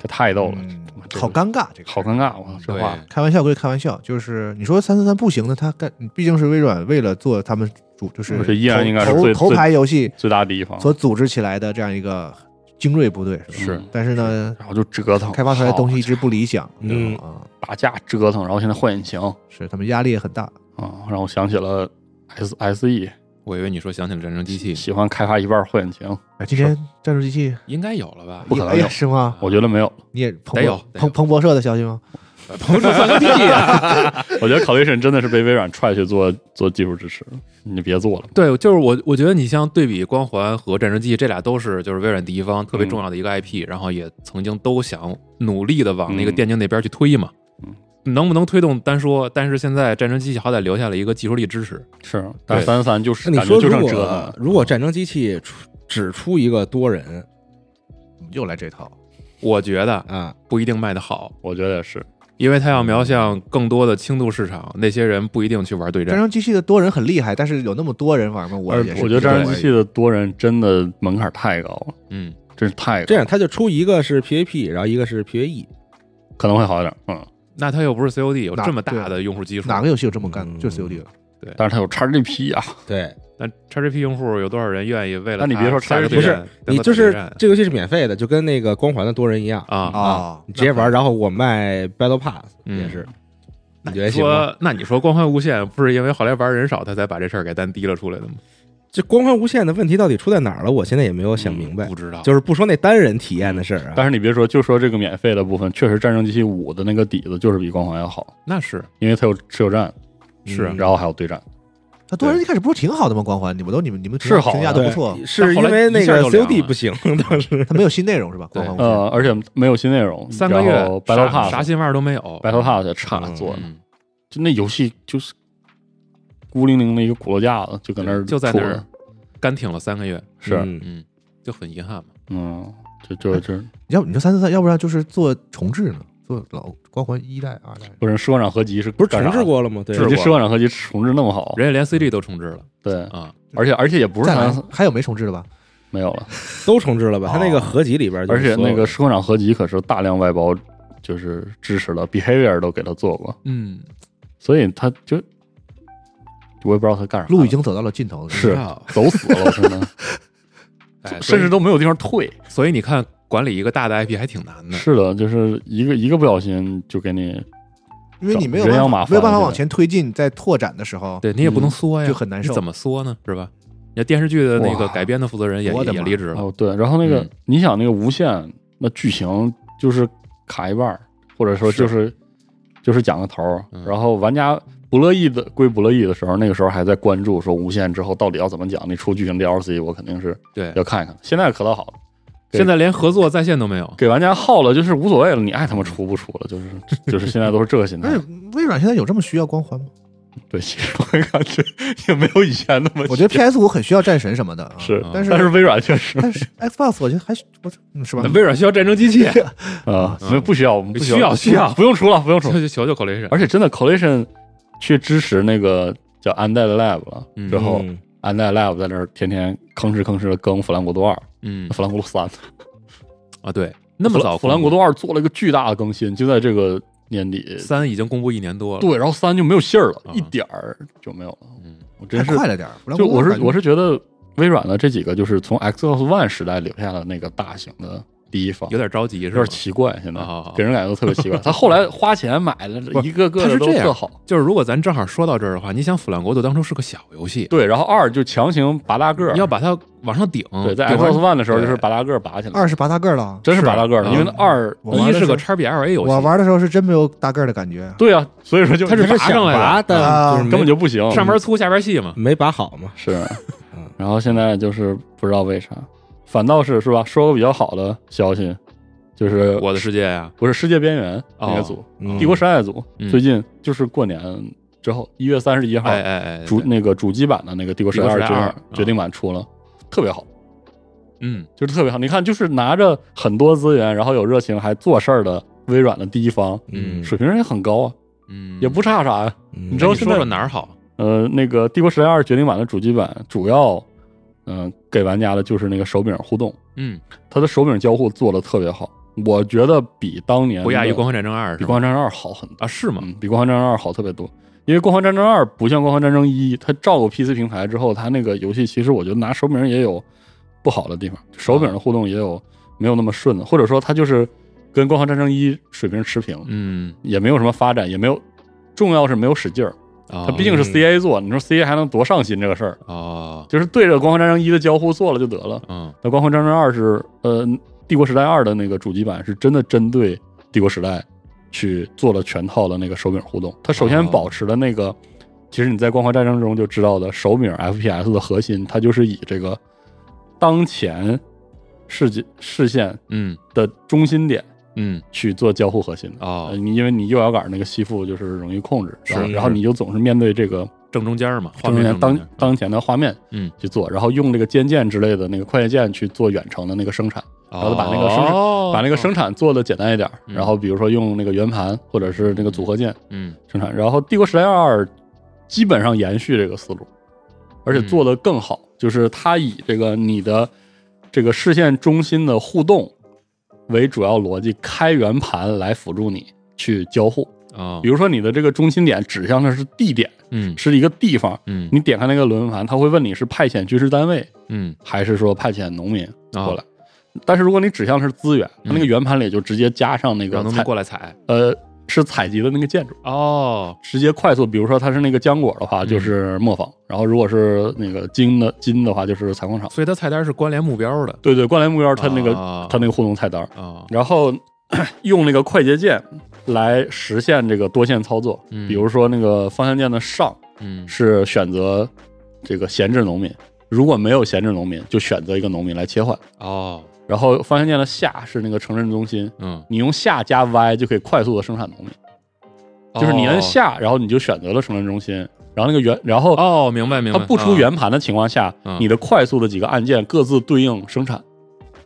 可太逗了，
嗯
这这
好尴尬，这个
好尴尬，我操，这
对，
话
开玩笑归开玩笑，就是你说三三三不行的，他干毕竟是微软为了做他们主就是
这依然应嗯该是
头
最
头头牌游戏
最大敌方，
所组织起来的这样一个精锐部队，啊是吧？
是
但是呢，
然后就折腾，
开发出来的东西
好
一直不理想，
嗯
啊，
打架折腾，然后现在换引擎。
是他们压力也很大。
啊、让我想起了 S S E，
我以为你说想起了战争机器，
喜欢开发一半儿换引擎，
哎，今天战术机器，
应该有了吧
不？可能
哎呀，
有
是吗？
我觉得没有，
你也彭
得有
博
得有
彭彭博社的消息吗？
彭主三个屁啊！
我觉得 Collision 真的是被微软踹去做做技术支持，你别做了。
对，就是我，我觉得你像对比《光环》和《战争机器》，这俩都是就是微软第一方特别重要的一个 IP，、然后也曾经都想努力的往那个
嗯
电竞那边去推嘛。
嗯
能不能推动单说？但是现在《战争机器》好歹留下了一个技术力支持，
是，但
对
是三三就
那
是
你
感
说
觉就
如
剩折
啊
腾
果
了。
如果战争机器出只出一个多人
又来这套，
我觉得
啊，
不一定卖得好，
我觉得也是，
因为它要瞄向更多的轻度市场，那些人不一定去玩对
战
战。
争机器的多人很厉害，但是有那么多人玩吗？我
而
也是，
我觉得
这
战
样
争机器的多人真的门槛太高了，
嗯，
真是太
这样他就出一个是 PVP，然后一个是 E，PVE，
可能会好一点，嗯，
那它又不是 COD 有
哪
这么大的用户基数，
哪个游戏有这么干的？
嗯
就是 COD 了。
但是它有 XGP 啊，
对
但 XGP 用户有多少人愿意为了
那
它
你别说
下个
XGP
对
不是
战
你
登
就
个对
是
战
这游戏是免费的，就跟那个光环的多人一样，
啊，嗯
啊
你直接玩，然后我卖 Battle Pass
嗯
也是，你觉得行吗？
说那你说光环无限不是因为后来玩人少，他才把这事儿给单提了出来的吗？
这光环无限的问题到底出在哪儿了？我现在也没有
嗯
想明白
不。知道，
就是不说那单人体验的事儿啊，
但是你别说，就说这个免费的部分，确实《战争机器五》的那个底子就是比《光环》要好，
那是
因为它有持久战，
嗯是啊
然后还有对战，
那多人一开始不是挺好的吗？光环，你们都你们你们
是好的
评价都
对
不错，，
是
但
因
后来
为那
一下
个
就凉
COD
了
不行，当时
它没有新内容是吧？光环无限
呃，而且没有新内容，
三个月
然后
啥
Battle
啥
Pass
新玩意儿都没有
Battle Pass 也差做的，
嗯
就那游戏就是孤零零的一个骨碌架子，就搁那儿
就在那
杵
儿
着
干挺了三个月，
是，
嗯
嗯，就很遗憾嘛。
嗯，就就就
要不你说三四三，要不然就是做重置呢，做老光环一代、二代。
不是《士官长合集》是
不
不
是重置，过了吗？对，
人家《士官长合集》重置那么好，
人家连 CD 都重置了
对，
啊，
而且而且也不是
再来
三
还有没重置的吧？
没有了，
都重置了吧？他那个合集里边就
哦而
是
且
所有的，
那个《士官长合集》可是大量外包，就是支持了，Behavior 都给他做过。
嗯，
所以他就我也不知道他干啥了，
路已经走到了尽头了，
是
道
走死了，真的，
哎
甚至都没有地方退。
所以所以你看，管理一个大的 IP 还挺难的，
是的，就是一个一个不小心就给你
因为你没有
人
办
仰
法
马
没有办法
翻
往前推进，在拓展的时候，
对你也不能缩呀，
就很难受
你怎么缩呢？是吧？你看电视剧的那个
哇
改编的负责人也
我的
也
妈
离职了，
哦对，然后那个、
嗯
你想那个无限那剧情就是卡一半儿，或者说
是
就是就是讲个头儿，
嗯
然后玩家。不乐意的归不乐意的时候，那个时候还在关注说无限之后到底要怎么讲，你出剧情 DLC 我肯定是
对，
要看一看。现在可倒好了，对
现在连合作在线都没有，
给玩家耗了就是无所谓了，你爱他妈
嗯
出不出了，就是就是现在都是这个 心态
哎
而。且微软现在有这么需要光环吗？
呃对，其实我感觉也没有以前那么。
我觉得 PS 五很需要战神什么的啊，
是，
嗯
但是
但是微软确实
但 是 Xbox 我觉得还是不是嗯是吧？
微软需要战争机 器，
啊，
嗯
没有不需要，我们不
需要需要
不用出了，不用出
求
了。
求求求 Collision，
而且真的 Collision 去支持那个叫 Undead Lab 了
嗯
之后
嗯
，Undead Lab 在那儿天天吭哧吭哧的更《弗兰国度二》
嗯
《弗兰国度三》，
啊，对，那么早
《弗兰国
公
度二》做了一个巨大的更新，就在这个年底
布。三已经公布一年多了，
对，然后三就没有信儿了
啊，
一点儿就没有了。
嗯，
我真
还
是
快了点儿，不然
就我
感
是
觉
我是觉得微软的这几个就是从 Xbox One 时代留下的那个大型的第一方，
有点着急
有
是吧
点？奇怪，现在
啊好好
给人感觉都特 别奇怪。他后来花钱买了，一个个
他是
的都
这样
特好。
就是如果咱正好说到这儿的话，你想《腐烂国度》当初是个小游戏，
对，然后二就强行拔大个儿
你，要把它往上顶，
嗯对，在
顶
Xbox
完
One 的时候
对
就是拔大个儿拔起来，
二是拔大个儿了。
真是拔大个儿
是
的，
啊
因为那二
我玩
一
的
是个
时
XBLA 游戏，
我玩的时候是真没有大个儿的感觉，
对啊，所以说就
它是
你
拔
想
上来的
拔
啊
的，就是没
根本就不行，
上边粗下边细嘛，
没拔好嘛。
是
嗯。
然后现在就是不知道为啥，反倒是是吧？说个比较好的消息，就是
我的世界呀，
不是世界边缘那
哦
个组，
嗯
帝国时代组
嗯
最近就是过年之后，一月三十一号，
哎哎哎，
啊主
对
那个主机版的那个《帝国时代
帝
二嗯
国》时代二
决定版出了，特别好，
嗯
就是特别好。你看，就是拿着很多资源，然后有热情还做事儿的微软的第一方，
嗯
水平也很高啊，
嗯，
也不差啥呀。
嗯
你知
那
道
你
现
说
在
说哪儿好？
呃，那个《帝国时代二》决定版的主机版主要，嗯、给玩家的就是那个手柄互动，
嗯，
它的手柄交互做的特别好，我觉得比当年
不亚于《
的
光环战争二》
比
是
《
吧？
光环战争二》好很多。
啊，是吗？
嗯，比《光环战争二》好特别多。因为《光环战争二》不像《光环战争一》，它照顾 PC 平台之后，它那个游戏其实我觉得拿手柄也有不好的地方，手柄的互动也有没有那么顺的，或者说它就是跟《光环战争一》水平持平，
嗯，
也没有什么发展，也没有重要是没有使劲儿。
它
它毕竟是
嗯
CA 做，你说 CA 还能多上心这个事儿？
哦，
就是对着《光环战争一》的交互做了就得了。
嗯
那《光环战争二》是呃《帝国时代二》的那个主机版是真的针对《帝国时代》去做了全套的那个手柄互动。它首先
哦
保持了那个，其实你在《光环战争》中就知道的手柄 FPS 的核心，它就是以这个当前视界视线
嗯
的中心点
嗯，
去做交互核心的。呃
哦，
你因为你右摇杆那个吸附就是容易控制，然后
是
然后你就总是面对这个
正中间儿嘛，画
正
面
前
正中
当
间儿
当前的画面，
嗯，
去做，然后用这个尖剑之类的那个快捷键去做远程的那个生产，然后把那个生产
哦
把那个生产做的简单一点儿，
嗯
然后比如说用那个圆盘或者是那个组合键
嗯
生产，然后《帝国时代二》基本
嗯
上延续这个思路，而且做得更好，就是它以这个你的这个视线中心的互动为主要逻辑，开源盘来辅助你去交互。
啊
比，如说你的这个中心点指向的是地点，
嗯
是一个地方，
嗯
你点开那个轮盘，它会问你是派遣军事单位
嗯
还是说派遣农民
啊
过来。但是如果你指向是资源，它那个
嗯
圆盘里就直接加上那个
让他
采
们过来踩
呃是采集的那个建筑，
哦，
直接快速。比如说它是那个浆果的话，
嗯
就是磨坊；然后如果是那个金的金的话，就是采矿场。
所以它菜单是关联目标的
对对，关联目标它那个、
啊
它那个互动菜单，
啊，
然后 用那个快捷键来实现这个多线操作。
嗯
比如说那个方向键的上
嗯
是选择这个闲置农民，如果没有闲置农民，就选择一个农民来切换。
哦，
然后方向键的下是那个城镇中心，
嗯，
你用下加 Y 就可以快速的生产农民，就是你
哦
按下，然后你就选择了城镇中心，然后那个圆，然后
哦，明白明
它
白，
不出
啊
圆盘的情况下，
嗯
你的快速的几个按键各自对应生产，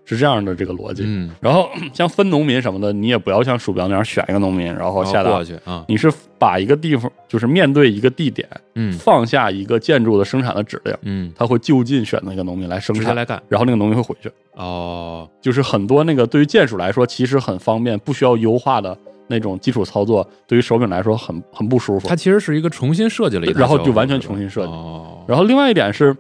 是这样的这个逻辑。
嗯，
然后像分农民什么的，你也不要像鼠标那样选一个农民，然后
然后
下达
过。去啊，
你是把一个地方，就是面对一个地点，
嗯
放下一个建筑的生产的指令，
嗯，
它会就近选那个农民来生
直接
产，
来干
然后那个农民会回去。
哦，
就是很多那个对于键鼠来说，其实很方便，不需要优化的那种基础操作，对于手柄来说很很不舒服
它。其实是一个重新设计了一套交
然
互，
后就完全重新设计
哦，
然后另外一点是，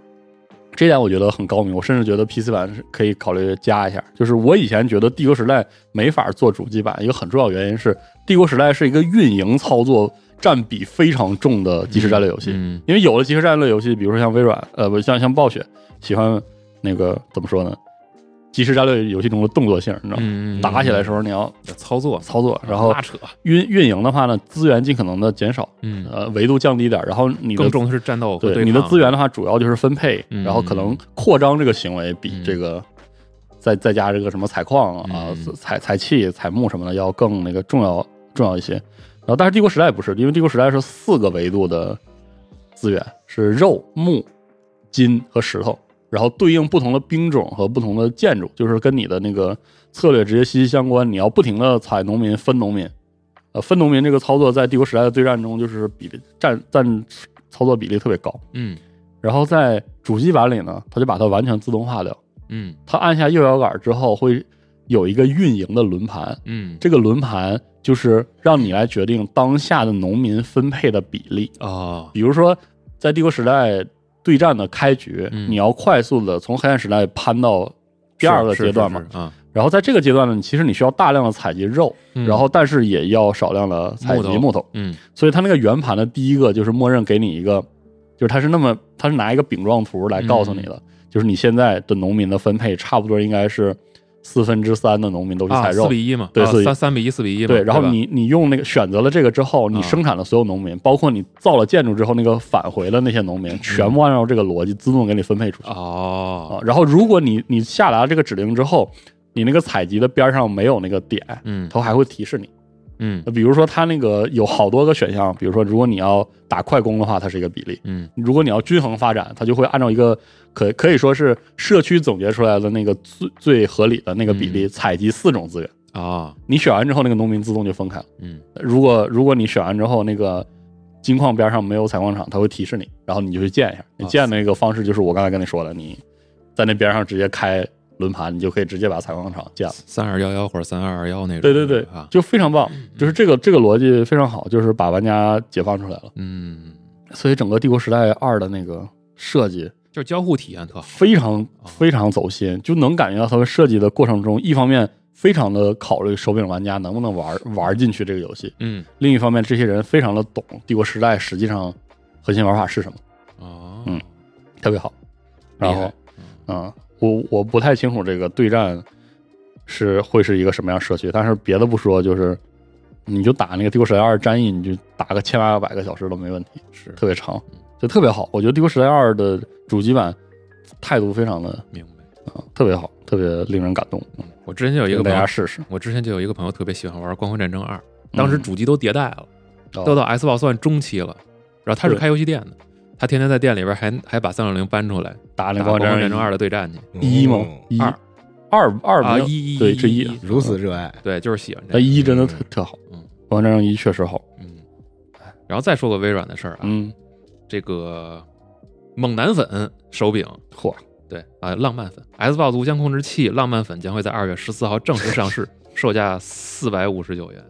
这点我觉得很高明，我甚至觉得 PC 版是可以考虑加一下。就是我以前觉得《帝国时代》没法做主机版，一个很重要原因是，《帝国时代》是一个运营操作占比非常重的即时战略游戏。
嗯
因为有了即时战略游戏，比如说像微软，呃，不像像暴雪，喜欢那个怎么说呢？即时战略游戏中的动作性，你知道吗？
嗯，嗯
打起来的时
嗯
候你要
嗯操作，
操作，然后
拉扯，
运运营的话呢，资源尽可能的减少，
嗯，
呃，维度降低点儿，然后你的
更重的是战斗和
对
抗
你的资源的话，主要就是分配，
嗯
然后可能扩张这个行为比这个再再加这个什么采矿啊、
嗯
采采气、采木什么的要更那个重要重要一些。然后，但是帝国时代不是，因为帝国时代是四个维度的资源，是肉、木、金和石头，然后对应不同的兵种和不同的建筑，就是跟你的那个策略直接息息相关。你要不停的采农民、分农民，呃，分农民这个操作在帝国时代的对战中就是比例占占操作比例特别高。
嗯
然后在主机版里呢，它就把它完全自动化掉。
嗯
它按下右摇杆之后，会有一个运营的轮盘，
嗯，
这个轮盘就是让你来决定当下的农民分配的比例。
哦，
比如说，在帝国时代对战的开局，
嗯
你要快速的从黑暗时代攀到第二个
是
阶段嘛。，
是是是啊，
然后在这个阶段呢，其实你需要大量的采集肉，
嗯
然后但是也要少量的采
木
集
头
木头
嗯
所以它那个圆盘的第一个就是默认给你一个，就是它是那么，它是拿一个饼状图来告诉你的，
嗯
就是你现在的农民的分配差不多应该是四分之三的农民都去
啊，
采肉，
四比一嘛，
对
啊
四比一
三三比一，四比一嘛，
对，然后
吧
你你用那个选择了这个之后，你
啊
生产的所有农民，包括你造了建筑之后那个返回的那些
嗯
农民，全部按照这个逻辑自动给你分配出去啊
哦，。
然后如果你你下达这个指令之后，你那个采集的边上没有那个点，
嗯
它还会提示你。
嗯
比如说它那个有好多个选项，比如说如果你要打快攻的话，它是一个比例；
嗯
如果你要均衡发展，它就会按照一个可可以说是社区总结出来的那个最最合理的那个比例，采集四种资源。
啊
你选完之后，那个农民自动就分开了。
嗯
如果如果你选完之后，那个金矿边上没有采矿场，它会提示你，然后你就去建一下。你建那个方式就是我刚才跟你说的，你在那边上直接开轮盘，你就可以直接把采矿场建了。
三二幺幺或者三二二幺那种，
对对对
啊，，
就非常棒，就是这个这个逻辑非常好，就是把玩家解放出来了。
嗯，
所以整个《帝国时代二》的那个设计
就是交互体验特好，
非常非常走心，就能感觉到他们设计的过程中，一方面非常的考虑手柄玩家能不能玩玩进去这个游戏，
嗯
另一方面这些人非常的懂《帝国时代》实际上核心玩法是什么，
哦，
嗯特别好。然
厉
后
害，
嗯，我我不太清楚这个对战是会是一个什么样社区，但是别的不说，就是你就打那个《帝国时代二》战役，你就打个千八百个小时都没问题，
是
特别长，就特别好。我觉得《帝国时代二》的主机版态度非常的
明白。
啊、特别好，特别令人感动。嗯
我之前就有一个
跟大
朋
家
友，
试试，
我之前就有一个朋友特别喜欢玩《光辉战争二》，当时主机都迭代了，
哦
都到 Xbox 算中期了，然后他是
对
开游戏店的。他天天在店里边还还把三六零搬出来
打
打
那
《
个
光辉战
战
争二》的对战去
嗯
一吗？一
二
二二
啊
没有
一一
对
一
这一
一，
如此热爱，
对，就是喜欢这
那
个，
一真的特特好，
嗯
光辉战争一确实好，
嗯。然后再说个嗯微软的事儿啊，
嗯，
这个猛男粉手柄
嚯，
对啊、浪漫粉 Xbox 无线控制器浪漫粉将会在二月十四号正式上市，售价四百五十九元。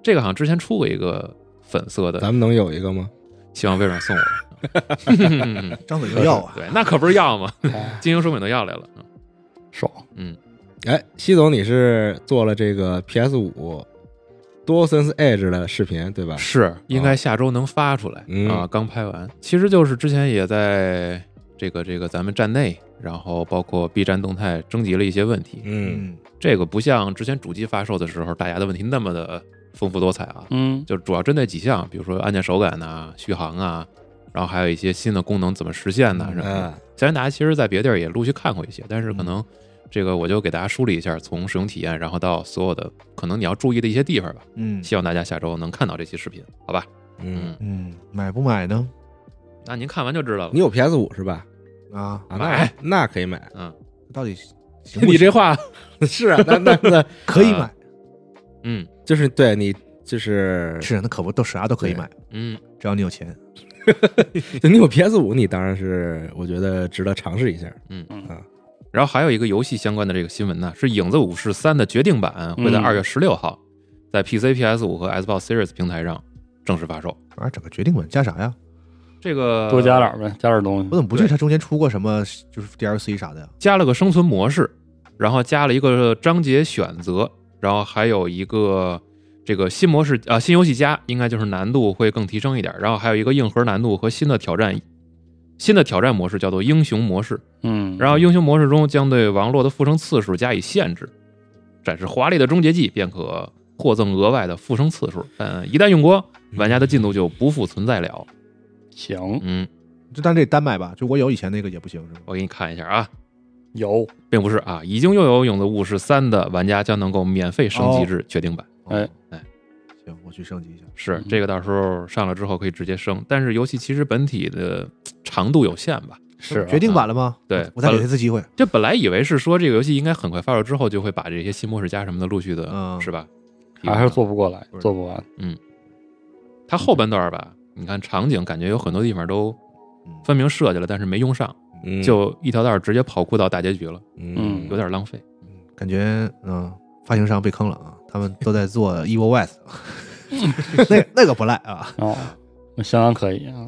这个好像之前出过一个粉色的，
咱们能有一个吗？
希望微软送我。
张嘴就要啊，
对，那可不是要吗？ 经营手柄都要来了。嗯
爽，
哎，西总，你是做了这个 PS 五 DualSense Edge 的视频对吧？
是，应该下周能发出来、
啊嗯
啊，刚拍完。其实就是之前也在这个这个咱们站内，然后包括 B 站动态征集了一些问题。
嗯，
嗯，
这个不像之前主机发售的时候大家的问题那么的丰富多彩啊，
嗯，
就主要针对几项，比如说按键手感呐、续航啊，然后还有一些新的功能怎么实现呐、什
嗯
么的。
啊，
相信大家其实，在别的地儿也陆续看过一些，但是可能这个我就给大家梳理一下，从使用体验，然后到所有的可能你要注意的一些地方吧。
嗯
希望大家下周能看到这期视频，好吧？
嗯，，
嗯，买不买呢？
那您看完就知道了
你。有 PS 五是吧？
啊，
啊，那
哎
买
那可以买。
嗯，
到底行不行
你这话，
是啊，那那那
可
呃
以
啊
买，
嗯
就是对你就是
是那可不都啥都可以买，
嗯，
只要你有钱。
就你有 PS 五，你当然是我觉得值得尝试一下。
然后还有一个游戏相关的这个新闻呢，是《影子武士三》的决定版会在
嗯
二月十六号在 PC、PS 五和 Xbox Series 平台上正式发售。
反正整个决定版加啥呀？
这个
多加点儿呗，加点儿东
我
西，
怎么不记得它中间出过什么就是 DLC 啥的呀？
加了个生存模式，然后加了一个章节选择，然后还有一个这个新模式啊、新游戏加，应该就是难度会更提升一点。然后还有一个硬核难度和新的挑战，新的挑战模式叫做英雄模式。
嗯，
然后英雄模式中将对王洛的复生次数加以限制，展示华丽的终结技便可获赠额外的复生次数，但一旦用光，玩家的进度就不复存在了。
行
嗯，
就但这单买吧，就我有以前那个也不行是吗？
我给你看一下啊，
有，
并不是啊，已经拥有《勇子武士三》的玩家将能够免费升级至决定版。
哦
哎
哎，
行，我去升级一下。
是
嗯
这个，到时候上了之后可以直接升，但是游戏其实本体的嘖长度有限吧？
是啊
决定版了吗？
对，
我再给
本
他一次机会。
这本来以为是说这个游戏应该很快发售之后就会把这些新模式加什么的陆续的，
嗯
是吧？
啊还是做不过来
不，是
做不完，
它后半段吧，你看场景感觉有很多地方都
嗯
分明设计了，但是没用上，
嗯，
就一条道儿直接跑酷到大结局了，
嗯
嗯
有点浪费。
感觉嗯、发行商被坑了啊，他们都在做 Evo West，那那个不赖啊。
哦，那相当可以啊，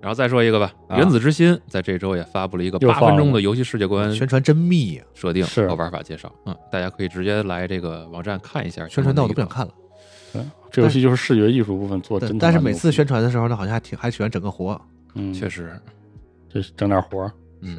然后再说一个吧，《
啊
原子之心》在这周也发布了一个
又
八
放了
分钟的游戏世界
嗯
观
宣传真密啊呀、
设定
是
和玩法介绍，嗯，大家可以直接来这个网站看一下。
宣传到我都不想看
嗯
了。
对，这游戏就是视觉艺术部分做得
但
真他
但
妈牛逼，
是每次宣传的时候呢，好像还挺还喜欢整个活，啊
嗯，
确实，
就整点活儿，
嗯，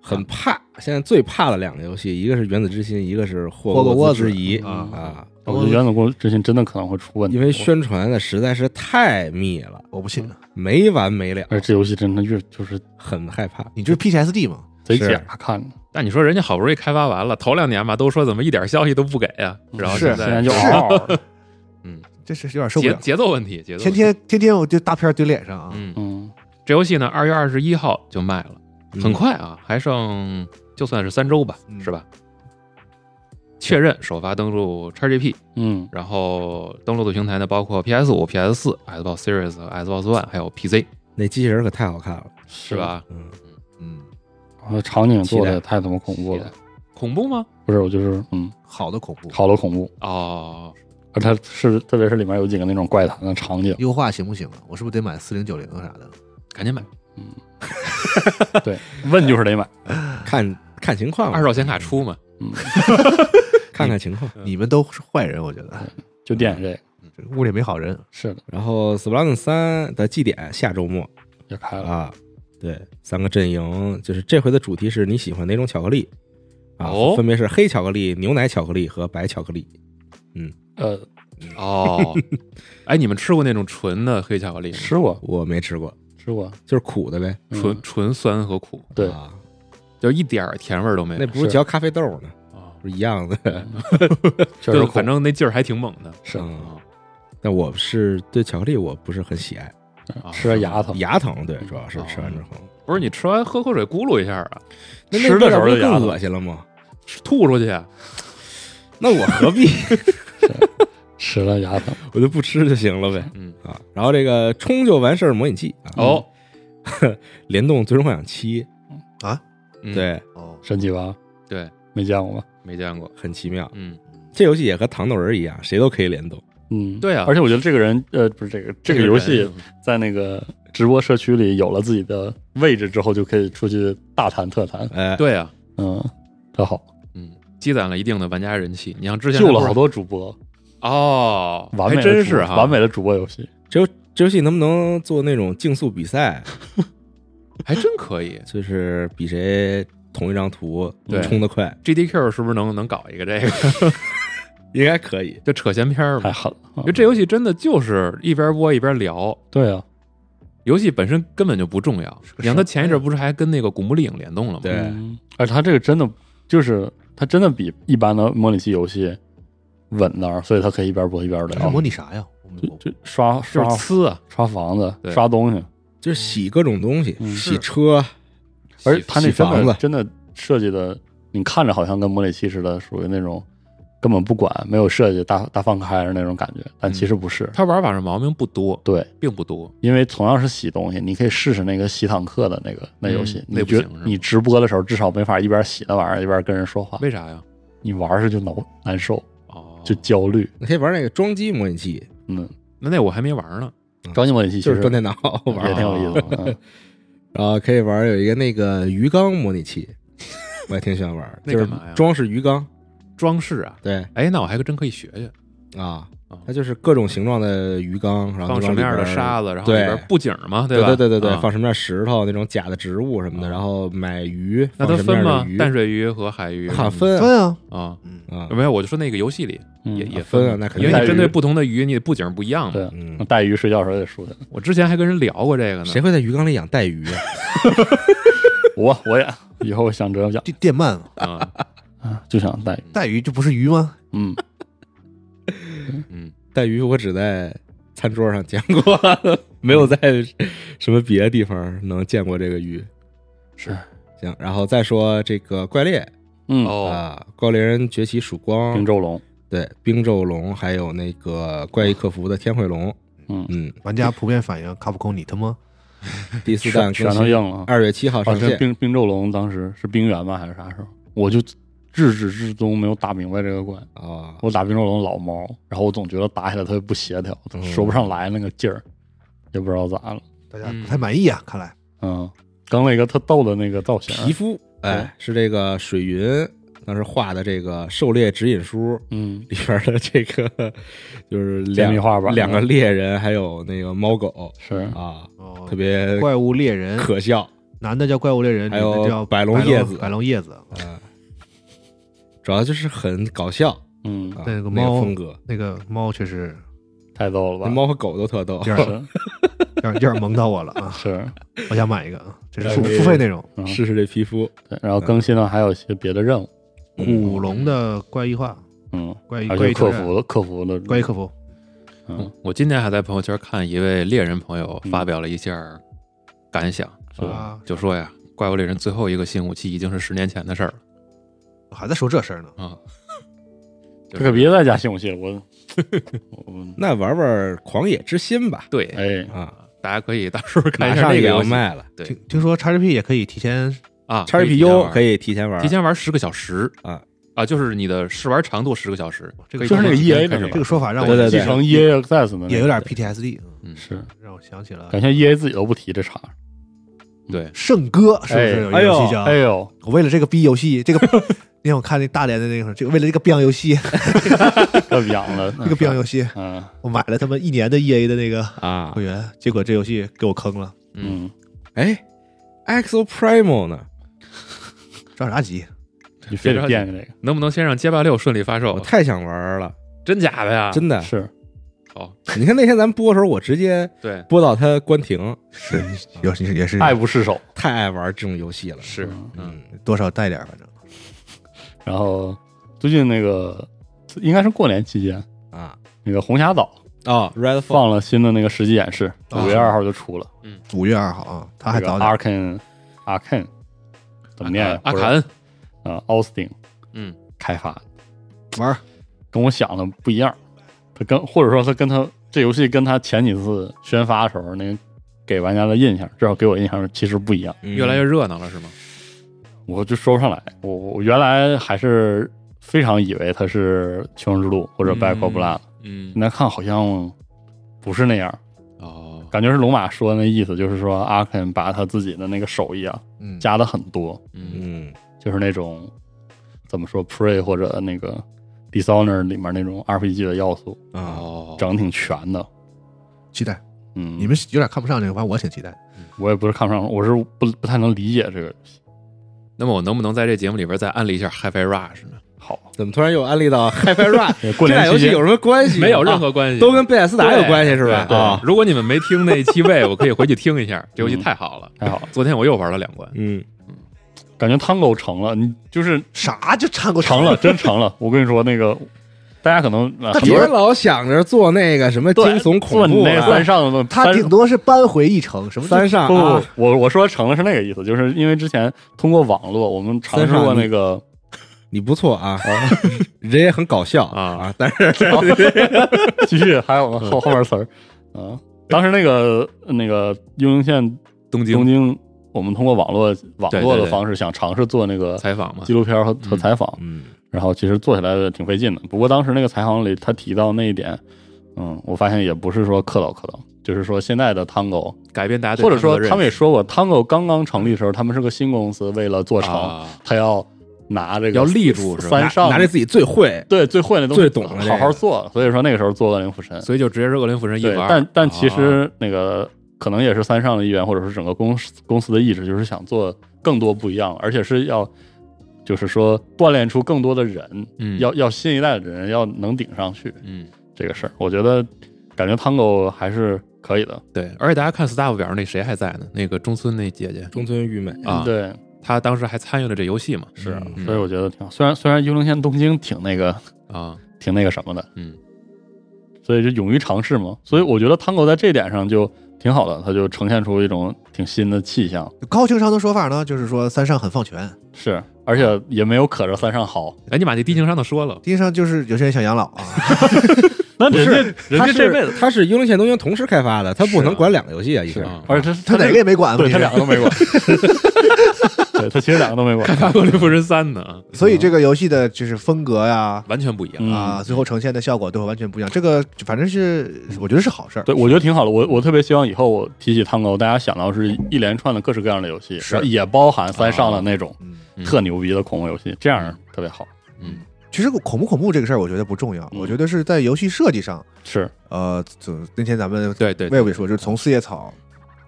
很怕。现在最怕的两个游戏，一个是《原子之心》，一个是《霍
霍格沃
沃
嗯
兹
之遗》
啊
啊，
我觉得原子工之心真的可能会出问题，
因为宣传的实在是太密了，
我不
嗯
信。啊
没完没了，
而且这游戏真的越就是
很害怕。
你这是 PTSD 吗？
贼
是
假看着，
但你说人家好不容易开发完了，头两年嘛都说怎么一点消息都不给呀、然后
嗯是
现
现
在
在就哦嗷 嗷的，
这是有点受不
节
了。
节奏问题，节奏
天
问题
天天天我就大片儿丢脸上啊，
嗯，
嗯，
这游戏呢二月二十一号就卖了。
嗯
很快啊，还剩就算是三周吧，
嗯
是吧？确认首发登陆 XGP，
嗯，
然后登陆的平台呢包括 PS 五、PS 四、Xbox Series、Xbox One，还有 PC，
那机器人可太好看了，
是
是？
吧？
嗯，
嗯，
然后啊场景做的也
期
太他妈恐怖了，
恐怖吗？
不是我就是嗯，
好的恐怖，，
好了恐怖，
哦，
而它是特别是里面有几个那种怪谈的场景
优化行不行啊？我是不是得买四零九零啊啥的？
赶紧买，
对，问就是得买，
看看情况吧，
二手嗯显卡出嘛。
嗯，
看看情况。
你们都是坏人，我觉得
就惦记这个，
这个屋里没好人。
是的，
然后《Splatoon 三》的祭典下周末
也开了，
啊，对，三个阵营就是这回的主题是你喜欢哪种巧克力啊？
哦
分别是黑巧克力、牛奶巧克力和白巧克力。
呃，
哦， 哎，你们吃过那种纯的黑巧克力吗？
吃过
我没吃过，
吃过，
就是苦的呗。
嗯
纯纯酸和苦，
对
啊，
就一点儿甜味儿都没有
那不是
是
嚼咖啡豆呢，
啊，
不是一样的。
确实
就
苦
反正那劲儿还挺猛的
是
嗯
啊
但我是对巧克力我不是很喜爱，
啊
吃着牙疼，啊
牙疼，对，主要是吃完之后，
不是你吃完喝口水咕噜一下啊，
那那
吃
味
的
儿
时候
不
就牙
更
疼
恶心了吗？
吐出去啊。
那我何 必？
吃了牙疼，
我就不吃就行了呗。
嗯
啊，然后这个
哦
冲就完事儿模拟器啊，
哦，
联动《最终幻想七》
啊，
嗯
对，
哦，
神奇吧？
对，
没见过吧？
没见过，
很奇妙。
嗯，
这游戏也和糖豆人一样，谁都可以联动。
嗯，
对啊
而且我觉得这个人，呃，不是这个这个
人
游戏，在那个直播社区里有了自己的位置之后，就可以出去大谈特谈。
哎，
对啊，
嗯，特好，
嗯，积攒了一定的玩家人气。你像之前
救
不
了
是
好多主播，
哦，
完
还
美的
真
主播
是哈，
完美的主播游戏。
这游这游戏能不能做那种竞速比赛？
还真可以。
就是比谁同一张图
对
冲得快，
GDQ 是不是能能搞一个这个？
应该可以。
就扯闲篇儿
太
嘛。
狠了
因为！这游戏真的就是一边播一边聊，
对啊，
游戏本身根本就不重要。你像他前一阵儿
呀
不是还跟那个《古墓丽影》联动了吗？
对
嗯，而且它这个真的就是它真的比一般的模拟器游戏稳那儿，所以它可以一边播一边
这是
聊
模。拟啥呀？我们我
就刷
就
刷
是呲啊，
刷房子、
对
刷东西，
就是洗各种东西，
嗯
洗车，
而且它那
洗
真
房
的
子
真的设计的，你看着好像跟模拟器似的，属于那种根本不管、没有设计、大大放开的那种感觉，但其实不是。
嗯
它玩法上毛病不多，
对，
并不多。
因为同样是洗东西，你可以试试那个洗坦克的那个那游戏
嗯，那
你
不
觉
行是吗
你直播的时候至少没法一边洗那玩意儿一边跟人说话，
为啥呀？
你玩儿时就难难受，
哦，
啊就焦虑。
你可以玩那个装机模拟器，
嗯，
那那我还没玩呢。
装进模拟器其
嗯就是
实
端电脑玩
也
儿，啊
挺有意思的。嗯
然后可以玩有一个那个鱼缸模拟器，我也挺喜欢玩儿，
那
就是
干嘛呀
装饰鱼缸。
装饰啊，
对
哎，那我还真可以学学，
啊
啊，
它就是各种形状的鱼缸，然后
放
那
什么样的
里边儿
沙子，然后里
对
边布景嘛，
对
吧？
对对对，
啊
放什么样石头那种假的植物什么的，
啊
然后买鱼，
那它
放什么
分
样的
吗？
鱼，
淡水鱼和海鱼嗯
看分啊
分啊，
啊？
嗯，
啊，
没有，我就说那个游戏里
嗯
也也
分啊，那肯
因
定
为
带
你
鱼
针对不同的鱼，你的布景不一样嘛。
对，
嗯
那带鱼睡觉的时候也输的。
我之前还跟人聊过这个呢，
谁会在鱼缸里养带鱼啊？
我我也以后想这样养
电电鳗嘛
啊？
啊，就想带鱼。
带鱼就不是鱼吗？
嗯，
嗯，
带鱼我只在餐桌上见过， 没
嗯
有在什么别的地方能见过这个鱼。
是，
行，然后再说这个怪猎
嗯，
哦，
啊，怪猎人崛起曙光
冰，咒龙，
对冰咒龙，还有那个怪异客服的天慧龙，
嗯，
嗯，
玩家普遍反映卡普空你他妈
第四弹
全全
更
都
新
硬了啊。
二月七号
啊，
上
这
线。
冰冰咒龙当时是冰原吧还是啥时候？我就至始至终没有打明白这个怪。
啊，
我打冰咒龙老猫，然后我总觉得打起来特别不协调，
嗯
说不上来那个劲儿，也不知道咋了。
大家不太满意啊，看来
嗯，刚了一个特逗的那个造型，
皮肤，
哦
哎，是这个水云当时画的这个《狩猎指引书》
嗯，
里边的这个，就是
简
两
笔画吧，
两个猎人，还有那个猫狗
是
啊，
哦
特别
怪物猎人
可笑。
男的叫怪物猎人，
还有
女的叫
百
百
龙叶子
百龙叶子，
嗯，主要就是很搞笑
嗯，
啊，
那
那
个猫
风格，
那个猫确实
太逗了
那
吧？
猫和狗都特逗
有。点
是
有点有点萌到我了 啊！
是，
我想买一个啊，这是
哎
付
这
付费内容。
嗯
试试这皮肤，
对然后更新了还有一些别的任务，
古龙的怪异化，
嗯，
怪
哎
异
还有
怪
些
异
客
挑战
服的客服的，
怪异客服，
嗯，
我今天还在朋友圈看一位猎人朋友发表了一下感想，
是吧？
啊，
就说呀，《怪物猎人》最后一个新武器已经是十年前的事儿了
还在说这事儿呢。
啊。
这可别再加新武器了， 我我
那玩玩《狂野之心》吧，
对，
哎，
啊，
大家可以到时候看
马
嗯一下
上
那
也
个
要
游戏
卖了。
对
听听说 XGP 也可以提前
啊
XGPU 可
以
以提前玩，
提前玩十个小时
啊
啊，就是你的试玩长度十个小时，
这
可
个
以
就是那个 E
提前开
EA
始
的那
玩
这个说法，让
对
我
对对
继承 E EA Access 的，
也有点 PTSD，嗯
嗯，
是，
让我想起了
感觉 EA 自己都不提这茬儿，
对，
圣歌，是不是有一
哎
个游戏
呦
叫？
哎呦，
我为了这个逼游戏，这个那天我看那大连的那个，这个为了这个逼游戏，
这痒了，
这个逼游戏，
嗯
我买了他们一年的 EA 的那个
啊
会。员，结果这游戏给我坑了，
嗯，
嗯，
哎，Exo Primal 呢？
着啥急？
你非得惦记这
能不能先让街霸六顺利发
我
哦
售？
太想玩了，
真假的呀？
真的
个，。是
好，
你看那天咱们播的时候，我直接
对，
播到它关停，
是，有时也是
爱不释手，
太爱玩这种游戏了。
是，嗯，
嗯，
多少带点儿，反正
然后最近那个应该是过年期间，
啊，
那个红霞岛
哦，Redfall
放了新的那个实际演示，
啊
五月二号就出了。
五月二号啊，他还
这
早
个
点
Arkan Arkan 怎么念呀？
啊阿
不知
坎，
道啊，Austin
嗯，
开发的，
玩儿，
跟我想的不一样。他跟或者说他跟他这游戏跟他前几次宣发的时
嗯
候那个给玩家的印象，至少给我印象其实不一样。
越来越热闹了是吗？
我就说不上来。我我原来还是非常以为它是《求生之路》或者《Back of Blood》，
嗯
现在看好像不是那样，
哦，
感觉是龙马说的那意思，就是说阿肯把他自己的那个手艺啊
嗯，
加的很多，
嗯
嗯
就是那种怎么说 Prey 或者那个 Dishonor 里面那种 RPG 的要素，
啊，
哦，
整挺全的。
期待。
嗯，
你们有点看不上这个，反正我挺期待。
我也不是看不上，我是不不太能理解这个。
那么我能不能在这节目里边再安利一下 HiFi Rush 呢？
好，
怎么突然又安利到 HiFi Run？
过
这
年
俩游
期
戏
间
有什么关系？
没有任
啊
何关系，
都跟贝塞斯达有关系是吧？
对
啊，
如果你们没听那一期位，我可以回去听 一下，这游戏太好了。
嗯太好了，
昨天我又玩了两关，
嗯，
感觉 Tango 成了，你就是
啥就掺过
成了，真成了。我跟你说，那个大家可能呃很多
别
人
老想着做那个什么惊
对
悚
做
恐
你
怖
那个
啊
三上的
他
三
顶多是扳回一城，什么
三上
不不
啊，
不，我我说成了是那个意思，就是因为之前通过网络我们尝试过那个
你不错啊， 人也很搞笑啊，但是
继续，还有后后面词儿啊，当时那个那个幽灵线
东
东
京
京，我们通过网络网
对对
络的
对
方式想尝试做那个
采访嘛
纪，录片和和
嗯
采访，
嗯
然后其实做起来挺费劲的。不过当时那个采访里他提到那一点，嗯，我发现也不是说客套客套，就是说现在的 Tango，
改变大家对
或者说
的认
他们也
识
说过，Tango 刚刚成立的时候，他们是个新公司，为了做成，
啊
他要拿这个
要立住是吧？
三
嗯
上
拿着自己最会，
对最会的东西，
最懂的这
好
个
好做。所以说那个时候做恶灵附身，
所以就直接是恶灵附身一
对，
玩，
但但其
啊
实那个可能也是三上的一员，或者是整个公司公司的意志，就是想做更多不一样，而且是要就是说锻炼出更多的人，
嗯
要要新一代的人要能顶上去
嗯
这个事儿。我觉得感觉 Tango 还是可以的，
对，而且大家看 staff 表上那谁还在呢？那个中村那姐姐
中村裕美
啊，
对，
她当时还参与了这游戏嘛，
是啊
嗯
所以我觉得挺好。虽然虽然幽灵线东京挺那个
啊，
挺那个什么的，
嗯
所以就勇于尝试嘛。所以我觉得 Tango 在这点上就挺好的，它就呈现出一种挺新的气象，
高情商的说法呢，就是说三上很放权，
是，而且也没有可着三上好。
哎，你把那低情商的说了，
实际上就是有些人想养老啊，
那人家人
他
家
是
这辈子，
他是幽灵线东京同时开发的，他不能管两个游戏啊，一
是
下
啊
而且他
他哪个也没管，
对
问题
他
是
两个 都没管，对他其实两个都没管。
《恶灵附身三》呢，啊
所以这个游戏的就是风格呀
完全不一样。
嗯
啊，最后呈现的效果都会完全不一样。这个反正是我觉得是好事儿，
对，我觉得挺好的。我我特别希望以后我提起汤狗，大家想到是一连串的各式各样的游戏，
是
然后也包含三上的那种
嗯，
嗯
特牛逼的恐怖游戏，这样特别好。
嗯
其实恐不恐怖这个事儿，我觉得不重要，
嗯
我觉得是在游戏设计上，
是，
呃，就那天咱们
对对，对
魏伟说，就是从四叶草，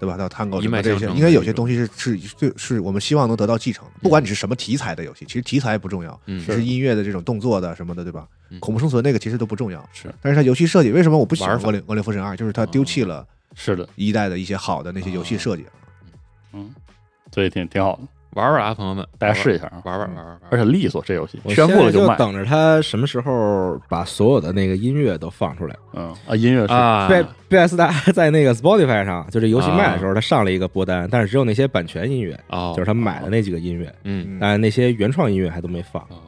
对吧，到探戈
一脉
这
相
些，
承
应该有
的
些
一种
东西是是最是我们希望能得到继承的。不管你是什么题材的游戏，其实题材不重要，
嗯
只是音乐的这种动作的什么的，对吧
嗯？
恐怖生存那个其实都不重要，
是。
但是它游戏设计，为什么我不喜欢
玩
《
法
恶灵恶灵附身二》？就是它丢弃了
是的，
一代的一些好的那
啊
些游戏设计。
嗯，所以挺挺好的，
玩玩啊，朋友们，
大家试一下啊。
玩玩玩玩玩玩。
而且利索，这游戏
我
宣布了
现在就
卖。
等着他什么时候把所有的那个音乐都放出来。
嗯啊，啊音乐是
啊，
贝贝塞斯达 在那个 Spotify 上，就这游戏卖的时候，他上了一个播单，但是只有那些版权音乐，
哦，
就是他买的那几个音乐，
嗯，
但那些原创音乐还都没
嗯
放。
哦，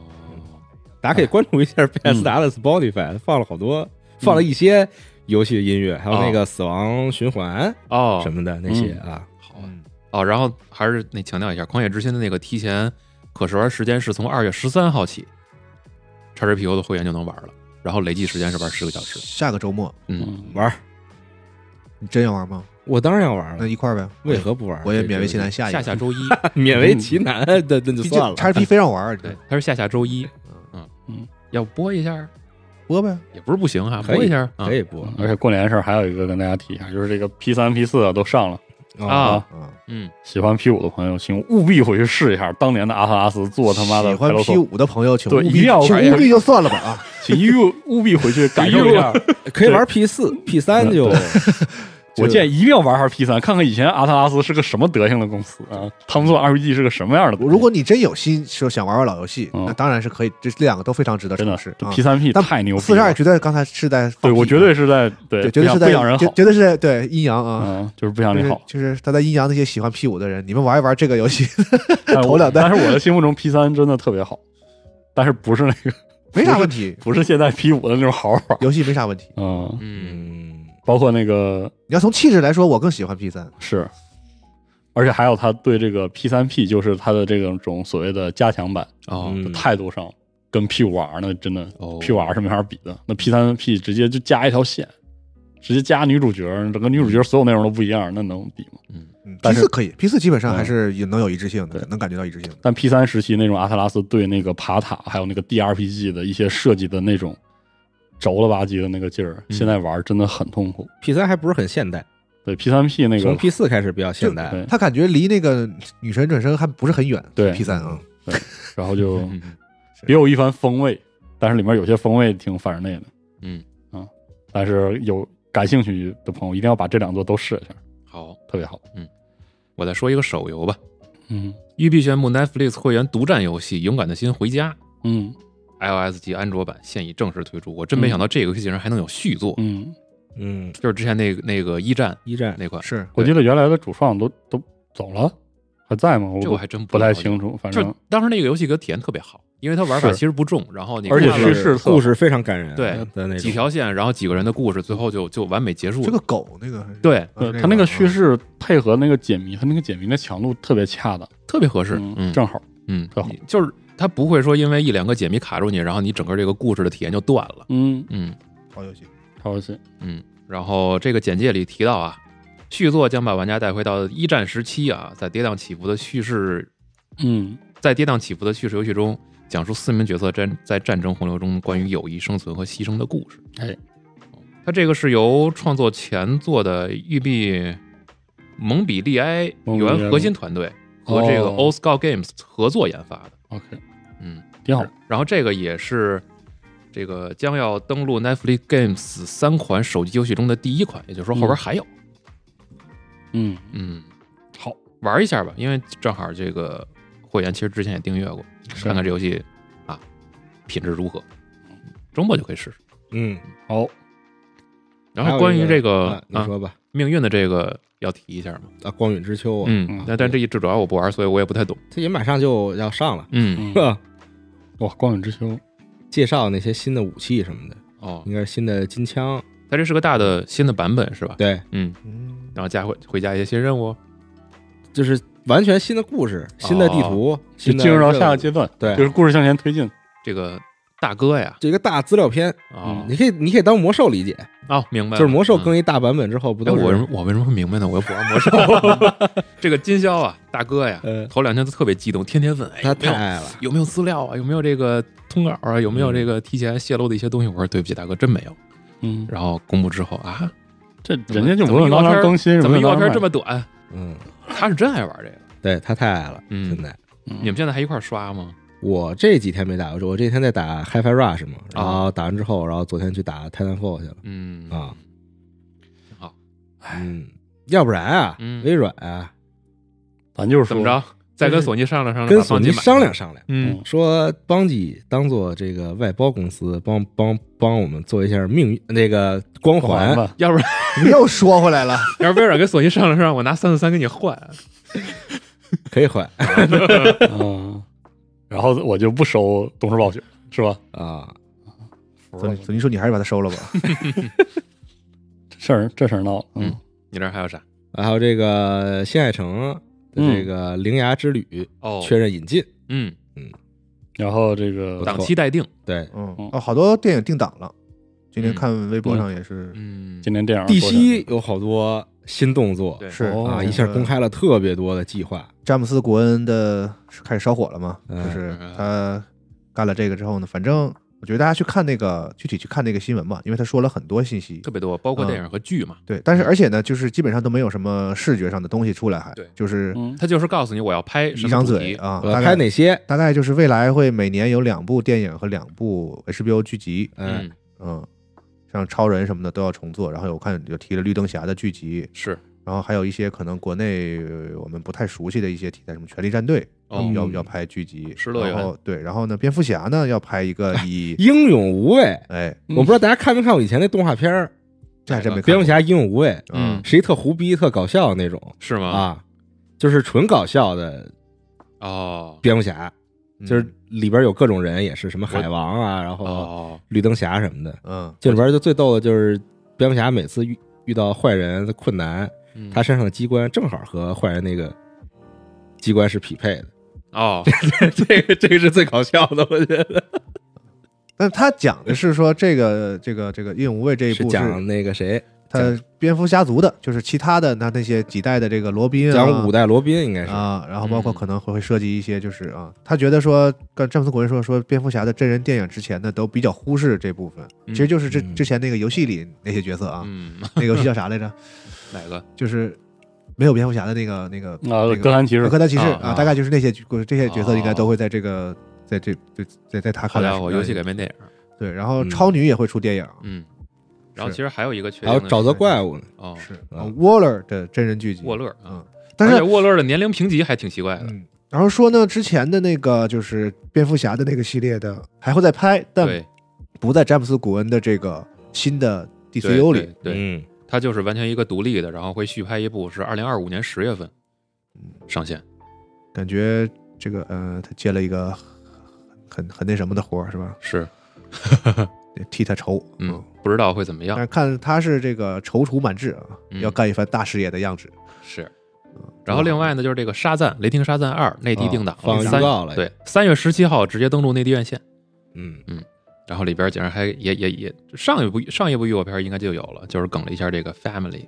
大家可以关注一下贝
嗯
塞斯达的 Spotify，放了好多，放了一些游戏的音乐，还有那个死亡循环
哦
什么的那些啊。
好啊哦，然后还是那强调一下，《狂野之心》的那个提前可试玩时间是从二月十三号起，叉 GPU 的会员就能玩了，然后累计时间是玩十个小时。
下个周末
嗯，
嗯
玩儿，
你真要玩吗？
我当然要玩
那
了，
一块儿呗，
为何不玩？
哎我也勉为其难，下一
下
个。
下周一，
勉为其难，那那就
毕
算
竟
了。
叉 P 非让玩儿，
对，它是下下周一，嗯
嗯，
要播一下
播呗。
也不是不行哈，
可以
播一下啊
可以
嗯
播
嗯而且过年的事儿还有一个跟大家提一下，就是这个 P 三、P 四都上了，
啊，
啊，
嗯，
喜欢 P 五的朋友，请务必回去试一下当年的阿特拉斯做他妈的
喜
派
欢
罗
P
索，
五的朋友，请务
对一定
必
要
请
玩一下
务必就算了吧啊！
请务务必回去感受 一下。
可以玩 P 四、P 三
嗯
就
对我建议一定要玩下 P 三，看看以前阿特拉斯是个什么德行的公司啊，他们做 RPG 是个什么样的公
嗯
司。
如果你真有心说想玩玩老游戏，
嗯
那当然是可以，这这两个都非常值得
真的
尝试。
P 三 P
啊但
太牛逼
四十二
了，
绝对刚才是在放
对我
屁
绝对是在对
对，绝对是
不
在
想不想人
绝
好，
绝对是在对阴阳啊，
嗯，就是不想
就
你
是
好。
就是他在阴阳那些喜欢 P 五的人，你们玩一玩这个游戏
但是
头
我
两代
但是我的心目中 P 三真的特别好，但是不是那个
没啥问题，
不是现在 P 五的那种好法。
游戏没啥问题。
嗯，
嗯，
嗯，
包括那个
你要从气质来说，我更喜欢 P 三，
是，而且还有他对这个 P 三 P，就是他的这种所谓的加强版
哦
嗯
的态度上，跟 P 五 R 那真的
哦
P 五 R 是没法比的。那 P 三 P 直接就加一条线，直接加女主角，整个女主角所有内容都不一样，那能比吗？
嗯
但
P
是嗯
四可以，P 四基本上还是也能有一致性的，
对
能感觉到一致性的。
但 P 三时期那种阿特拉斯对那个爬塔还有那个 DRPG 的一些设计的那种轴了吧唧的那个劲儿，
嗯
现在玩真的很痛苦。
P 三还不是很现代，
对 P 三 P 那个
从 P 四开始比较现代。
对，
他感觉离那个女神转身还不是很远。
对
P 三啊，
然后就
嗯嗯
别有一番风味，但是里面有些风味挺反人类的。
嗯
啊，但是有感兴趣的朋友一定要把这两座都试一下，
好，
特别好。
我再说一个手游吧，
嗯
育碧宣布 Netflix 会员独占游戏《勇敢的心回家
嗯》
iOS 及安卓版现已正式推出。我真没想到这个游戏竟然还能有续作，
嗯，
嗯，
就是之前那个那个一战
一战
那款，
是
我记得原来的主创都都走了，还在吗？我
这我还真
不太
了解
清楚，反
就
正
当时那个游戏给我体验特别好，因为它玩法
是
其实不重，然后你
而且
看了
叙事特
故事非常感人，
对
的那种
几条线，然后几个人的故事，最后就就完美结束了。
这个狗那个还是，
对，
啊是
呃他那个
啊
叙事配合那个解谜，他那个解谜的强度特别恰当，
特别合适，
嗯，
嗯
正好。
嗯
特好，
你就是它不会说因为一两个解谜卡住你，然后你整个这个故事的体验就断了。
嗯，
嗯
啊好游戏，
超游戏，
嗯。然后这个简介里提到啊，续作将把玩家带回到一战时期啊，在跌宕起伏的叙事
嗯
在跌宕起伏的叙事游戏中，讲述四名角色战在战争洪流中关于友谊、生存和牺牲的故事。
哎，
它这个是由创作前作的育碧蒙彼利埃
蒙彼利埃
原核心团队和这个
哦
o s c o Games 合作研发的。
，OK，
嗯，
挺好。
然后这个也是这个将要登陆 Netflix Games 三款手机游戏中的第一款，也就是说后边还有。
嗯，
嗯，
好，
玩一下吧，因为正好这个会员其实之前也订阅过，
是
看看这游戏啊品质如何，周末就可以试试。
嗯，
好，
然
还有一
后关于这
啊
个
你
啊
说吧，
命运的这个要提一下嘛，
啊，《光陨之秋》啊，
嗯
嗯，
但但这一这主要我不玩，所以我也不太懂。
它也马上就要上了，
嗯，
嗯，
呵，
哇，光影之秋，
介绍那些新的武器什么的，
哦，
应该是新的金枪，
它这是个大的新的版本是吧？
对，
嗯，
嗯，
然后加回回加一些新任务，
就是完全新的故事、新的地
哦
图，
就
新的
进入到
任务
下个阶段，
对
就是故事向前推进。
这个大哥呀，
就一个大资料片，
哦
你可以你可以当魔兽理解，
哦，明白
嗯
了，
就是魔兽
嗯
更一大版本之后，不
哎，
都
我为什
是
么我为什么会明白呢？我又不玩 魔兽。这个金宵啊，大哥呀
嗯，
头两天都特别激动，天天问，哎，
他
有没
太
有
爱了，
有没有资料啊？有没有这个通稿啊？有没有
嗯
这个提前泄露的一些东西？我说对不起，大哥，真没有。
嗯，
然后公布之后啊，
这人家就
怎么
不用当
怎么
然更新，
怎么
么
预告片这么短？
嗯，
他是真爱玩这个。
对他太爱了，
嗯
现在。
你们现在还一块儿刷吗？
我这几天没打游戏，我这几天在打 HiFi Rush 嘛，
啊
然后打完之后，然后昨天去打 Titanfall 去了。
嗯
啊，
挺好。
嗯，要不然啊，
嗯
微软啊，
咱就是
怎
说
么着？再跟索尼商量商量，
跟
把
索
邦
尼
基买了
商量。商量，
嗯
嗯，
说邦吉当做这个外包公司，帮帮帮我们做一下命运那个光环
还，吧，
要不然
你又说回 来了，
要是微软跟索尼商量商量，我拿三四三给你换。
可以换
嗯，然后我就不收《东视暴雪》，是吧？
啊。
索尼索尼说你还是把它收了吧。
这事儿这事儿闹了，
嗯你这儿还有啥？
还有这个新海诚的这个《铃芽之旅
哦》
确认引进，
嗯，
然后这个
档期待定。
对，
嗯
嗯，
哦，好多电影定档了，今天
嗯
看微博上也是，
嗯，
今年电影
地
多少
西有好多新动作，
对
是
哦
啊，一下公开了特别多的计划，
詹姆斯·古恩的开始烧火了嘛，
嗯
就是他干了这个之后呢，反正我觉得大家去看那个具体去看那个新闻吧，因为他说了很多信息
特。别多，包括电影和剧嘛。
对，
嗯
但是而且呢，就是基本上都没有什么视觉上的东西出来，还
对
就是
嗯，
他就是告诉你我要拍什
一
么
张
主
嘴
题，
啊，
我要
大概
拍哪些？
大概就是未来会每年有两部电影和两部 HBO 剧集，
嗯，
嗯，
嗯，像超人什么的都要重做，然后我看有提了绿灯侠的剧集，
是
然后还有一些可能国内呃我们不太熟悉的一些题材，什么《权力战队》
哦
要
嗯
要拍剧集，
失乐园
然后对，然后呢，蝙蝠侠呢要拍一个以
英勇无畏，
哎，
我不知道大家看没看过以前那动画片儿
这还真没
《蝙
看
蝠
过，
侠：英勇无畏》，
嗯
是一特胡逼、特搞笑的那种
是吗？
啊，就是纯搞笑的
哦
蝙蝠侠，
嗯
就是里边有各种人，也是什么海王啊，然后
哦，
绿灯侠什么的。
嗯，
这里边就最逗的就是蝙蝠侠每次遇遇到坏人的困难，
嗯
他身上的机关正好和坏人那个机关是匹配的。
哦，
这个这个是最搞笑的，我觉得
但他讲的是说这个这个这个印无畏这一
是
部
讲那个谁，
他蝙蝠侠族的，就是其他的那那些几代的这个罗宾啊，
讲五代罗宾应该是，
啊，然后包括
嗯
可能会会涉及一些就是啊，他觉得说跟詹姆斯·古恩说说蝙蝠侠的真人电影之前呢都比较忽视这部分，其实就是之
嗯
之前那个游戏里那些角色啊，
嗯，
那个 游戏叫啥来着？
哪个？
就是没有蝙蝠侠的那个那个
啊
那，
哥
个
谭骑士
柯达骑士
啊
啊，
啊
大概就是那些这些角色应该
哦
都会在这个在这就在在他
好
看来
家伙，
是
游戏改编电影，
对，然后
嗯
超女也会出电影，
嗯。然后
是
其实还有一个确定
还
的
有
是，
沼泽怪物呢，
哦，
是
啊
啊，Waller 的真人剧集，
沃勒啊，
嗯，但
而
是
且沃勒的年龄评级还挺奇怪的，
嗯，然后说呢，之前的那个就是蝙蝠侠的那个系列的还会再拍，但
对，
不在詹姆斯·古恩的这个新的
对
DCU 里。，
对，对
嗯，
它就是完全一个独立的，然后会续拍一部，是二零二五年十月份
嗯
上线。
感觉这个呃，他接了一个很很那什么的活儿，是吧？
是，
替他愁，
嗯，，不知道会怎么
哦但
样，
是看他是这个踌躇满志啊，
嗯
要干一番大事业的样子。
是。然后另外呢，就是这个《沙赞雷霆沙赞二》内
哦
地定档
啊，放预
三
告了，
对，三月十七号直接登陆内地院线。
嗯，
然后里边竟然还也也也上一部上一部预告片应该就有了，就是梗了一下这个 family，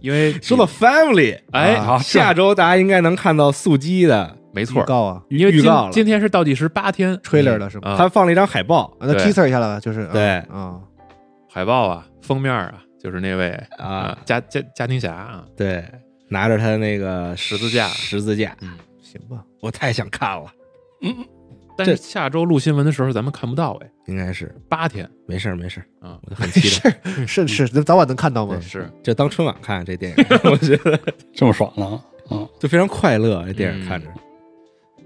因为
说到 family，
哎，
啊
下周大家应该能看到素鸡的
没
预
错，
告啊
预
因为
预
今
告了，
今天是倒计时八天，
，trailer 了是吧？
啊，
他放了一张海报
啊那
对
teaser 一下了吧，就是啊
对
啊，
海报啊，封面啊，就是那位
啊，
家家家庭侠啊，
对，拿着他那个
十字架
十字架，
行吧，
我太想看了，
但是下周录新闻的时候咱们看不到哎，
应该是
八天
没事儿没事儿，
啊，
我很期待，
是是，早晚能看到吗？
是
就当春晚看这电影，我觉得
这么爽呢？嗯，
就非常快乐，这
嗯
电影看着，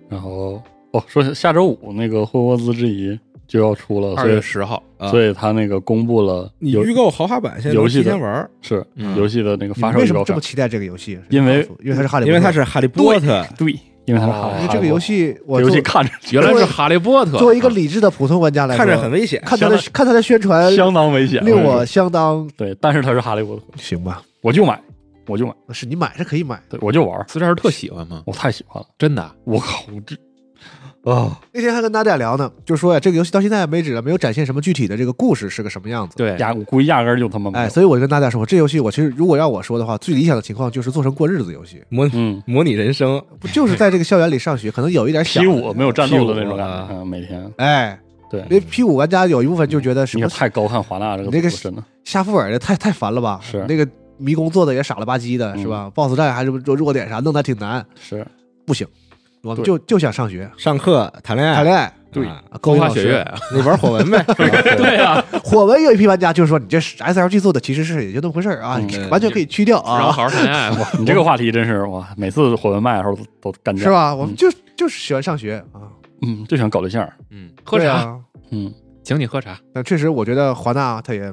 然后哦，说下下周五那个《霍格沃兹之遗》就要出了，
二
所
月
以
十号，嗯
啊
所以他那个公布了
你
游
预购豪华版现在能
游戏
提
的
前玩儿，
是
嗯
游戏的那
你
个发售
为
预
什么
告
这
片
么，期待这个游戏？
因为
因为它是哈利波特，
因为它是哈利波特，
对，因为他是哈
哦
因
利
为
波特
这个游戏，我
游
作
戏看着
原来是哈利波特，啊
作为一个理智的普通玩家来说，
看着很危险，
看他的
相
看他的宣传，
相当危险，
令我相当
对，但是他是哈利波特，
行吧。
我就买，我就买，
是你买是可以买，
对我就玩，
四十二特喜欢吗？
我太喜欢了，
真的啊，
我靠，我这啊，
那天还跟大家聊呢，就说呀，这个游戏到现在为止没有展现什么具体的这个故事是个什么样子。
对，
压我估计压根儿就他妈没有
哎，所以我就跟大家说，这游戏我其实如果让我说的话，最理想的情况就是做成过日子游戏，
模
嗯，
模拟人生，
不就是在这个校园里上学，可能有一点小
七五没有战斗的那种
P5
感
啊
觉，嗯，每天
哎，
对，嗯
那 P 五玩家有一部分就觉得什
你可
么
太高看华纳这个
那个
组真的，
夏富尔的太太烦了吧？
是嗯
那个迷宫做的也傻了吧唧的，是吧？BOSS 战还是弱弱点啥，弄得还挺难，
是
不行，我们
对哎
就就想上学
上课谈恋爱，
谈恋爱。
对
啊，高
风
音
花
老
雪
师
月，啊，
你玩火 纹呗，
对啊，
火纹有一批玩家就是说，你这 SLG 做的其实是也就那么回事儿啊，
嗯
你完全可以去掉
然后好
啊，
好谈恋爱吧。
你这个话题真是哇，每次火文卖的时候都都干掉
是？吧？我们
嗯
就就是喜欢上学啊，
嗯，就想搞对象，
嗯，喝
对
茶，
啊。
嗯，
请你喝茶。
但确实，我觉得华纳他也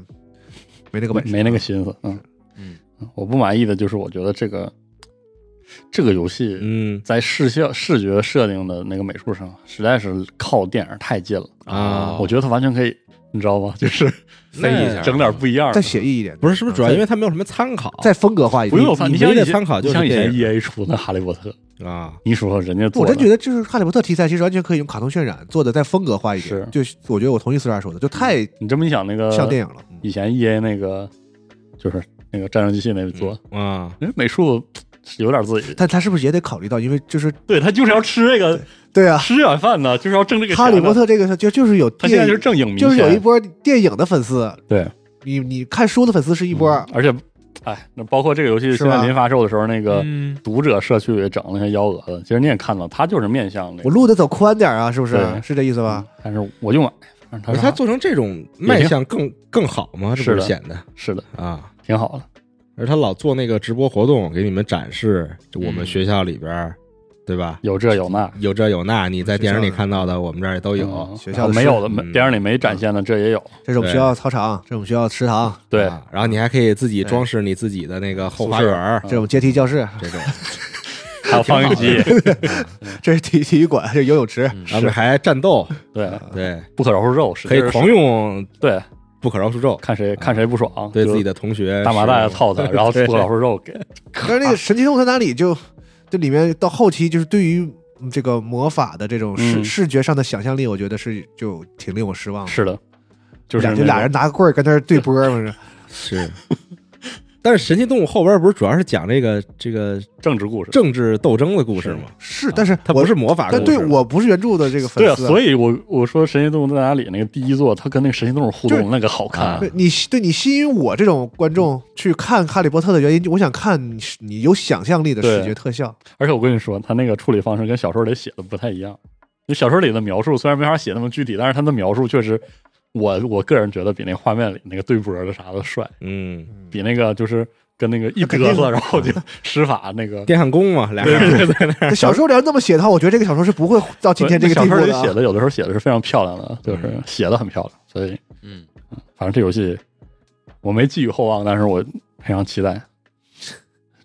没那个本事，
没那个心思，嗯
嗯，
我不满意的就是我觉得这个这个游戏
嗯
在视效视觉设定的那个美术上，实在是靠电影太近了，
嗯
啊
哦
我觉得它完全可以，你知道吗？就是
飞一下，
整点不一样
再
的。
写意一点，
不是是不是主要
再
因为它没有什么参考，
再风格化一
不
点
用。有参，
你
你像
唯一的
以前
参考就是
你像以前
电
E A 出那《哈利波特》，
啊，
你说人家做
我
的
真觉得就是《哈利波特》题材，其实完全可以用卡通渲染做的再风格化一点。
是
就是我觉得我同意四十二说的，就太
你这么一想，那个
像电影了。嗯
以前 E A 那个就是那个《战争机器》那个做，
嗯
啊，
人家美术是有点自己，
但他是不是也得考虑到，因为就是
对他就是要吃这个
对啊，
吃这碗饭呢，就是要挣这个
《
钱
哈
呢。
利波特》这个就就是有
他现在
电
就是
影，
正影迷，
就是有一波电影的粉丝，
对嗯
你你看书的粉丝是一波，
而且，哎，那包括这个游戏
是
现
吧
在临发售的时候，那个
嗯，
读者社区也整那些幺蛾子，其实你也看到，他就是面向那
我
个，
路得走宽点啊，是不是
对？
是这意思吧？
但是我就买，反
不
正
是
他
它做成这种卖相更更好吗？这
是
不
的
是显得
是的，
啊。
挺好的，
而他老做那个直播活动，给你们展示就我们
嗯
学校里边儿，对吧？
有这有那。
有这有那，你在电影里
学校的
看到的，我们这儿也都有。啊
嗯
学校的啊
没有的，
是
没
嗯
电影里没展现的，这也有。
这是我们
对
学校操场，这是我们学校食堂，
对，
啊然后你还可以自己装饰你自己的那个后花
宿舍
园儿
这是我们阶梯教室，
这种，
还有放映机，
这是体体育馆，这是游泳池，
然后还战斗，
对，
对，
不可饶恕咒，使
可
劲
以
儿
狂
使
用
对，
不可饶恕咒，
看谁看谁不爽，
对
就
自己的同学
大麻袋
使
套他，然后不可饶恕咒给
但是那个神奇动物在哪里就这里面到后期就是对于嗯这个魔法的这种视、
嗯
视觉上的想象力，我觉得是就挺令我失望的。
是的，就是
啊俩
那
就俩
种
人拿个棍儿跟那儿对波儿嘛，是
是。但是《神奇动物》后边不是主要是讲这个这个
政治故事，
政治斗争的故事吗？ 啊
是，但是
它
我
不是魔法故
但
事，
对我不是原著的这个粉
对啊，
丝，
所以我我说《神奇动物在哪里》那个第一座，它跟那个《神奇动物》互
就是
动那个好看
啊对，你对你吸引我这种观众去看《哈利波特》的原因，就我想看你你有想象力的视觉
对
特效。
而且我跟你说，它那个处理方式跟小说里写的不太一样。就小说里的描述虽然没法写那么具体，但是它的描述确实，我我个人觉得比那画面里那个对波儿的啥的帅，
嗯，
比那个就是跟那个一
肯定
嘚瑟然 后就施法那个。
电焊工嘛，俩
对
人
对对对，
这小说里要那么写的话，我觉得这个小说是不会到今天这个
小
地步
说里
的啊。嗯
写的有的时候写的是非常漂亮的，就是写的很漂亮，所以
嗯，
反正这游戏我没寄予厚望，但是我非常 期待，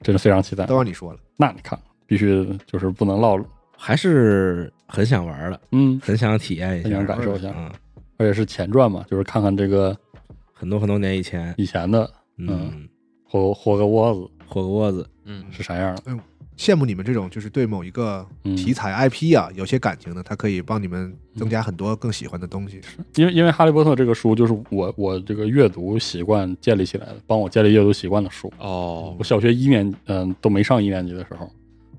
真的非常期待。
都让你说了，
那你看，必须就是不能落了，
还是很想玩的，
嗯，
很想体验一
很
下
想，感受一下，
嗯，
而且是前传嘛，就是看看这个
很多很多年以前，
以前的
嗯，
霍霍格沃兹
火个窝子，
嗯，
是啥样的，
羡慕你们这种就是对某一个
嗯
题材 IP 啊有些感情的，它可以帮你们增加很多更喜欢的东西。
因为因为《哈利波特》这个书就是我我这个阅读习惯建立起来的，帮我建立阅读习惯的书。
哦
我，小学一年嗯、都没上一年级的时候，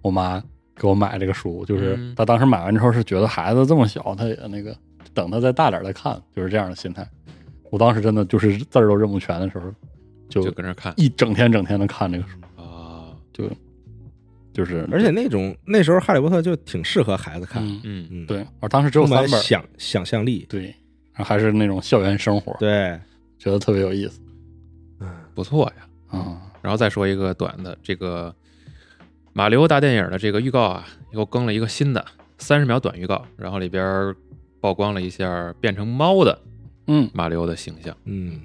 我妈给我买这个书，就是
嗯
她当时买完之后是觉得孩子这么小，她也那个等他再大点儿再看，就是这样的心态。我当时真的就是字儿都认不全的时候，就嗯
就跟那儿看
一整天整天的看这个书，
啊，
就就是
而且那种那时候《哈利波特》就挺适合孩子看，
嗯
嗯，
嗯，，
对，我当时只有
充
三
满
本儿，
想想象力，
对，然后还是那种校园生活，
对，
觉得特别有意思
嗯
不错呀。
啊。
然后再说一个短的，这个马里奥大电影的这个预告啊，又更了一个新的三十秒短预告，然后里边曝光了一下变成猫的
嗯，
马里奥的形象。
嗯，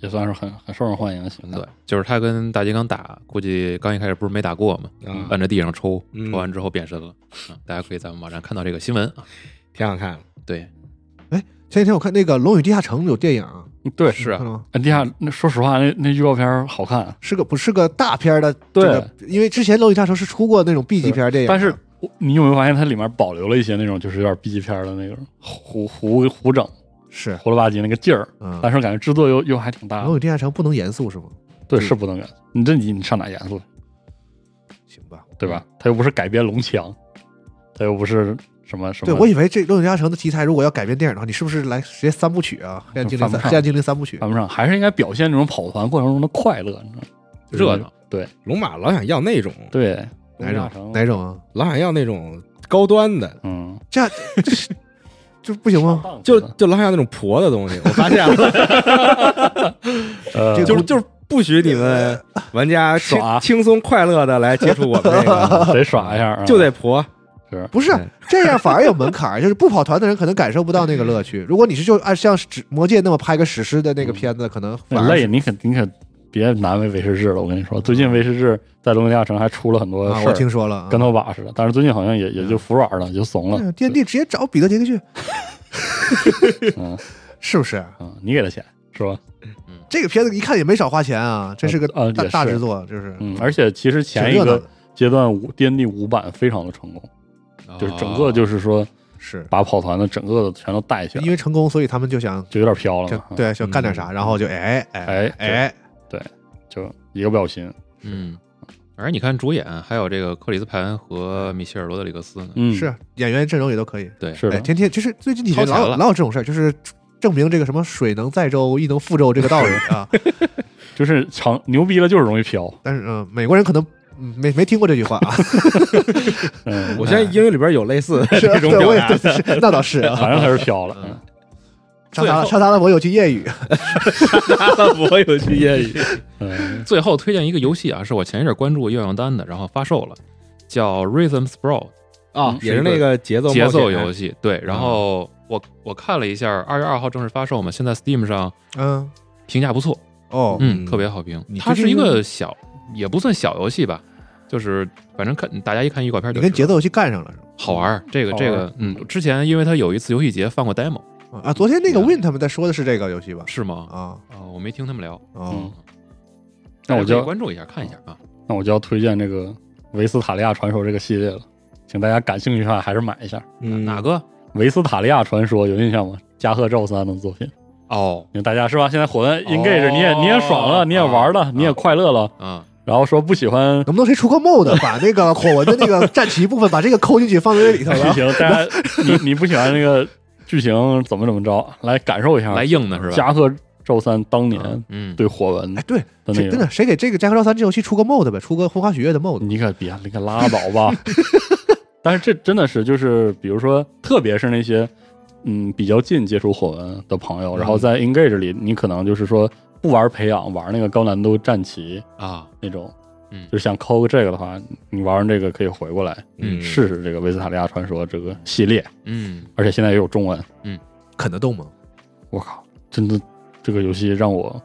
也算是很很受人欢迎的形象
对。，就是他跟大金刚打，估计刚一开始不是没打过嘛，
啊，
摁在地上抽，
嗯
抽完之后变身了。啊，大家可以在我们网站看到这个新闻啊。
挺好看的，
对，
前几天我看那个《龙与地下城》有电影啊，
嗯对，哎
是
看
啊，
了吗？
地下那说实话，那那预告片儿好看，啊
是个不是个大片儿的？这个，因为之前《龙与地下城》是出过那种 B 级片儿电影的，啊
但是我你有没有发现它里面保留了一些那种就是有点 B 级片儿的那种胡胡胡整
是
胡了吧唧那个劲儿，
嗯，
但是我啊感觉制作又又还挺
《
大的
龙与地下城》不能严肃是吗？
对，
对
是不能感，你这你你上哪严肃去
行吧，
对吧？它又不是改编龙枪，它又不是什么什么，
对，我以为这《龙与地下城》的题材如果要改编电影的话，你是不是来直接三部曲 啊？黑暗精灵
犯不
三，
上
黑暗精灵三部曲，
谈不上，还是应该表现这种跑团过程中的快乐，你知道吗？就是
热闹，
龙马老想要那种，
对，
哪
龙与地下城
种哪种啊？
老想要那种高端的，
嗯，
这样这 是这不行 吗？
就就老想要那种婆的东西，我发现了，
呃
这个
就是就是不许你们玩家轻
耍
轻松快乐的来接触我们这个，
得 耍一下 啊，
就得婆，
是
不是
对
这样，反而有门 槛儿，就是不跑团的人可能感受不到那个乐
嗯
趣。如果你是就按像《魔戒》那么拍个史诗的那个片子，可能啊反
嗯很
而
累，
是
你可你可别难为威士忌了，我跟你说，最近威士忌在龙与地下城还出了很多
啊，
事
我
儿，
听说了啊，
跟头把似的，但是最近好像也也就服软了，就怂了。
D N D 直接找彼得杰克逊，
嗯
是不是？
嗯，你给他钱是吧？
这个片子一看也没少花钱啊，真是个
啊
大
也是
大制作，就是
嗯，而且其实前一
挺热闹
个
的
阶段五 D N D 五版非常的成功，就是
哦
整个就是说
是
把跑团的整个的全都带起来
因，为成功，所以他们就想
就有点飘了
就
嘛。
对想干点啥，然后就哎
嗯哎
哎
对
哎，
就一个不小心，
嗯。反正你看主演还有这个克里斯潘和米歇尔罗德里格 斯呢，
嗯，
是演员阵容也都可以，
对，
是
哎，
的，
天天就是最近几年
掏钱
老有
了
老有这种事儿，就是证明这个什么水能载舟，亦能覆舟这个道理啊。
就是强牛逼了就是容易飘。
但是嗯，美国人可能嗯没没听过这句话啊，
嗯，
我相信英语里边有类似的
是
这种
对
表
我也
达，
是那倒是啊。
反正还是飘了。嗯
嗯
沙达
最后
沙达拉伯有句谚语，
我有去谚语，
嗯
最后推荐一个游戏啊，是我前一阵关注月亮单的，然后发售了，叫 Rhythm Sprawl
啊
嗯，
也是那个节奏
节奏
冒险
游戏。对，然后我我看了一下，二月二号正式发售嘛，现在 Steam 上
嗯
评价不错，
哦，
嗯，
嗯
特别好评
你。
它
最
是一
近
个小，也不算小游戏吧，就是反正看大家一看预告片
你
就
跟
知
节
道
奏游戏干上了是吧
好玩儿。这个
好玩
这
儿
个，嗯，之前因为它有一次游戏节放过 demo，
啊？昨天那个
嗯
Win 他们在说的是这个游戏吧？
是吗？
啊
啊，我没听他们聊，
哦
嗯，那我
大家可以
就嗯
关注一下看一下啊。
那我就要推荐这个维斯塔利亚传说》这个系列了，请大家感兴趣的话还是买一下。
嗯
哪个？
《维斯塔利亚传说》有印象吗？加贺照三的作品，
哦，
因为大家是吧？现在火在 engage，、你也你也爽了，你也玩了，
啊
你也快乐了。
嗯，
然后说不喜 欢
能不能谁出个 mod，把那个火纹的那个战旗部分，把这个抠进去放在这里头，
剧
然后
情，大家你你不喜欢这个剧情怎么怎么着，来感受一下。
来硬的是吧？
啊
啊
加贺照三当年
嗯，
对火纹
哎，对，
的那
谁真
个，
的谁给这个《加克照三》这游戏出个 mod 呗，出个风花雪月的 mod，
你可别，你可拉倒吧。 但是这真的是就是，比如说，特别是那些嗯比较近接触火纹的朋
嗯
友，然后在 engage 里，你可能就是说不玩培养，玩那个高难度战棋
啊，
那种。
嗯
就想抠个这个的话，你玩完这个可以回过来，
嗯
试试这个《维斯塔利亚传说》这个系列，
嗯，
而且现在也有中文。
啃得动吗？
我靠，真的，这个游戏让我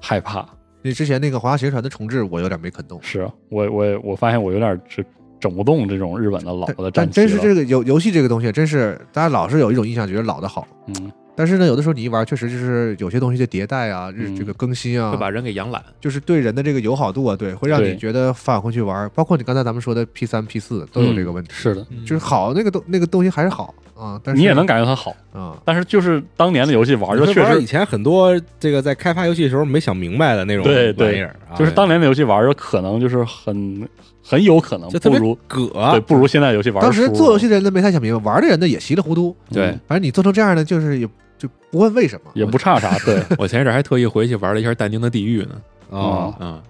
害怕。
你之前那个《华夏行船》的重置，我有点没啃动。
是我，我也我发现我有点整整不动这种日本的老
但
的
但
战棋
真
了。
是这个游游戏这个东西，真是大家老是有一种印象，觉得老的好。
嗯，
但是呢，有的时候你一玩，确实就是有些东西的迭代啊，日
嗯
这个更新啊，
会把人给养懒。
就是对人的这个友好度啊，对，会让
对
你觉得返回去玩。包括你刚才咱们说的 P 三、P 四都有这个问题，
是的，
就是好那个东那个东西还是好啊，但是
你也能感觉它好，
啊，
但是就是当年的游戏玩
你
的
会
确
玩以
实，
前很多这个在开发游戏的时候没想明白的那种
对对
玩意儿，啊
就是当年的游戏玩的可能就是很很有可能
就特
不
别
如对
葛，
不如现在游戏玩得
啊当时
舒服
做游戏的人都没太想明白，玩的人呢也稀里糊涂。
嗯
对，
反正你做成这样呢，就是也就不问为什么，
也不差啥，对，
我前一阵还特意回去玩了一下《但丁的地狱》呢，
哦，
嗯，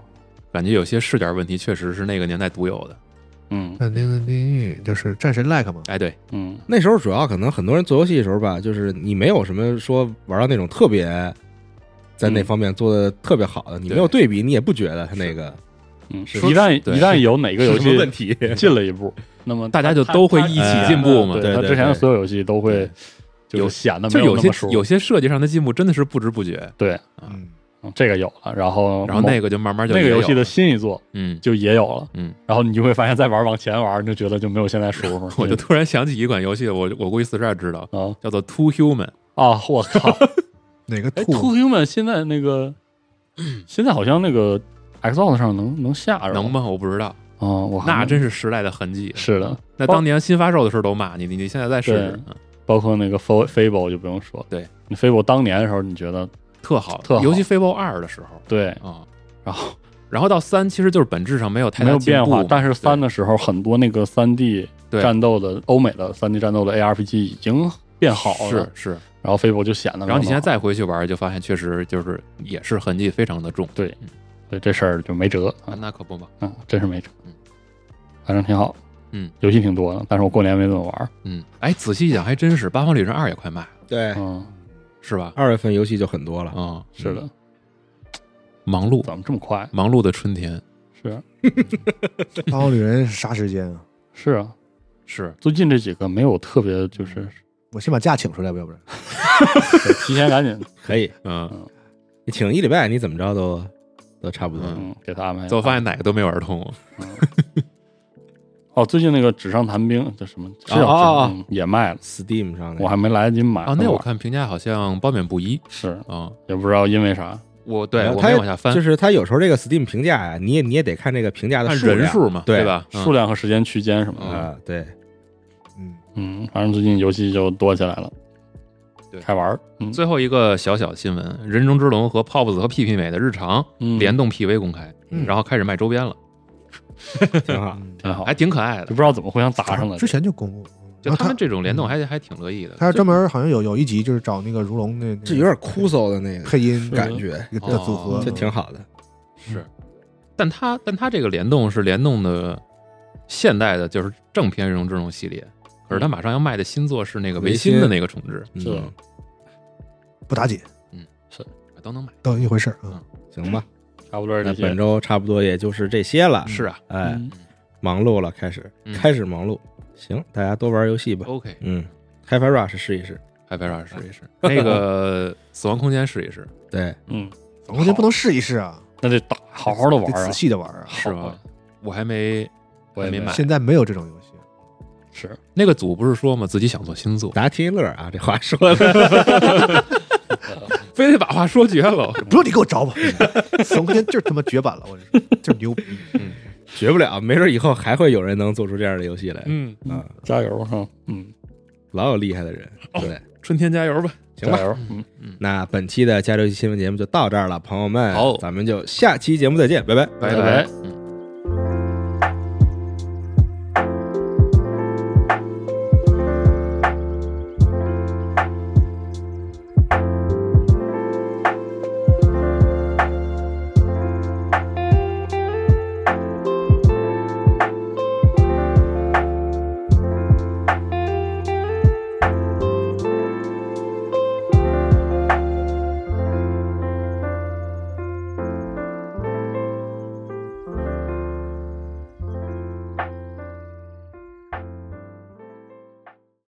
感觉有些视角问题确实是那个年代独有的。
嗯
肯定的你就是战神 like 嘛，
哎，对，
嗯，
那时候主要可能很多人做游戏的时候吧，就是你没有什么说玩到那种特别在那
嗯
方面做的特别好的，你没有对比，你也不觉得他那个
嗯，
是
一旦
对
一旦有哪个游
有什
戏
么问题。啊
进了 一步，那么
大家
他
就
他
都会
他
一起进步嘛
哎
对
他
对
之前的
对
所有游戏都会就
有
是显得
就
啊没
有
那
些
么舒服
有些设计上的进步真的是不知不觉，
对，
嗯，
嗯这个有了，然
嗯
后
然后
某
那个就慢慢就
嗯那个
也
游
有
戏的
了
新一作
嗯，
就也有了，
嗯，，
然后你就会发现再玩往前玩，你就觉得就没有现在舒服
我就突然想起一款游戏，我我估计四十二知道，
啊
叫做《Two Human》。
啊，我 靠，
哪个
哎，Two
兔
Human 现在那个 现在好像那个 Xbox 上能能下是吧哦
能吗？我不知道，
啊，我
那真
真
是时代的痕迹。
是的，
那当年新发售的时候都骂你，你你现在再试试
对，
嗯
包括那个 Fa- Fable 就不用说了，
对
你 Fable 当年的时候，你觉得
特好，
特好
尤其 Fable 二的时候
对，
啊，
然后
然后到三其实就是本质上没有太
没
大
有
进
变
步
化
嘛，
但是三
对
的时候很多那个三 D
对
战斗的欧美的三 D 战斗的 ARPG 已经变好了，
是是，
然后 Fable 就显得
然后你现在
再
再回去玩，就发现确实就是也是痕迹非常的重。
嗯对这事儿就没辙啊，
那可不嘛，
嗯，真是没辙
嗯，
反正挺好，
嗯，
游戏挺多的，但是我过年没怎么玩儿，
嗯，哎，仔细一想还真是，《八方旅人二》也快卖了，
对，
嗯，
是吧？
二月份游戏就很多了，
啊，
是的，
忙碌
怎么这么快？
忙碌的春天
是
八方旅人啥时间啊？
是啊，
是
最近这几个没有特别就是
我先把假请出来吧，要不然
对提前赶紧
可以，
哎
嗯，
你请一礼拜，你怎么着都都差不多。
嗯
嗯给他安排一下。
最后发现哪个都没玩通，
哦，最近那个纸上谈兵叫什么？是
哦哦
叫
哦
纸上嗯也卖了，
Steam 上那
我
个
还没来得及买
啊，哦那
我
我看评价好像褒贬不一
是
啊。
也不知道因为啥，
我对
然后
我
它
没往下翻，
就是它有时候这个 Steam 评价呀，你也你也得看这个评价的
看
量
人数嘛，
对
吧？嗯
数量和时间区间什么的。
啊，对，
嗯，
嗯，反正最近游戏就多起来了
对，
开玩儿。嗯
最后一个小小新闻，《人中之龙》和 POP s 和 PP 美的日常
嗯
联动 PV 公开，
嗯
然后开始卖周边了，
挺好。
挺嗯好
还，挺可爱
啊就
的
不。知道怎么互相砸上了。
之前就公布，嗯
就
然后
他
他
们这种联动还还挺乐意的，
他专门好像有有一集就是找那个如龙那，
这有点枯燥的那个
配音
感觉，
一个组合
哦，
这挺好的。
是，但它但它这个联动是联动的现代的，就是正片《人中之龙》系列，可是它马上要卖的新作是那个维
维
新
新
的那个重置，
是
嗯，
不打紧，
都能买。
当一回事儿
嗯
啊。
行吧，
差不多是
那
这
哎本
些。
周差不多也就是这些了。
是啊
哎，
嗯
忙碌了，开始
嗯哦
开始忙碌。行，大家多玩游戏吧。
，OK，
嗯开发 Rush 试一试。
海白软试一试，那个死亡空间试一试，
对，
嗯，
我觉得不能试一试啊，
那得打，好好的玩
得
儿啊
仔。细的玩啊。
是
好
吧？我还没
我也
还没买
现在没有这种游戏，
是
那个组不是说吗？自己想做新作，
拿听一乐啊，这话说 的
非得把话说绝了。
不用你给我找我，死亡空间就是他妈绝版了，我跟你说，就是牛逼。
学不了，没准以后还会有人能做出这样的游戏来。
嗯，
啊，
加油哈，嗯，
老有厉害的人，对，
春天加油吧，
行
加
吧。
油，嗯，
那本期的加州新闻节目就到这儿了，朋友们，
好
咱们就下期节目再见，拜拜。
拜
拜。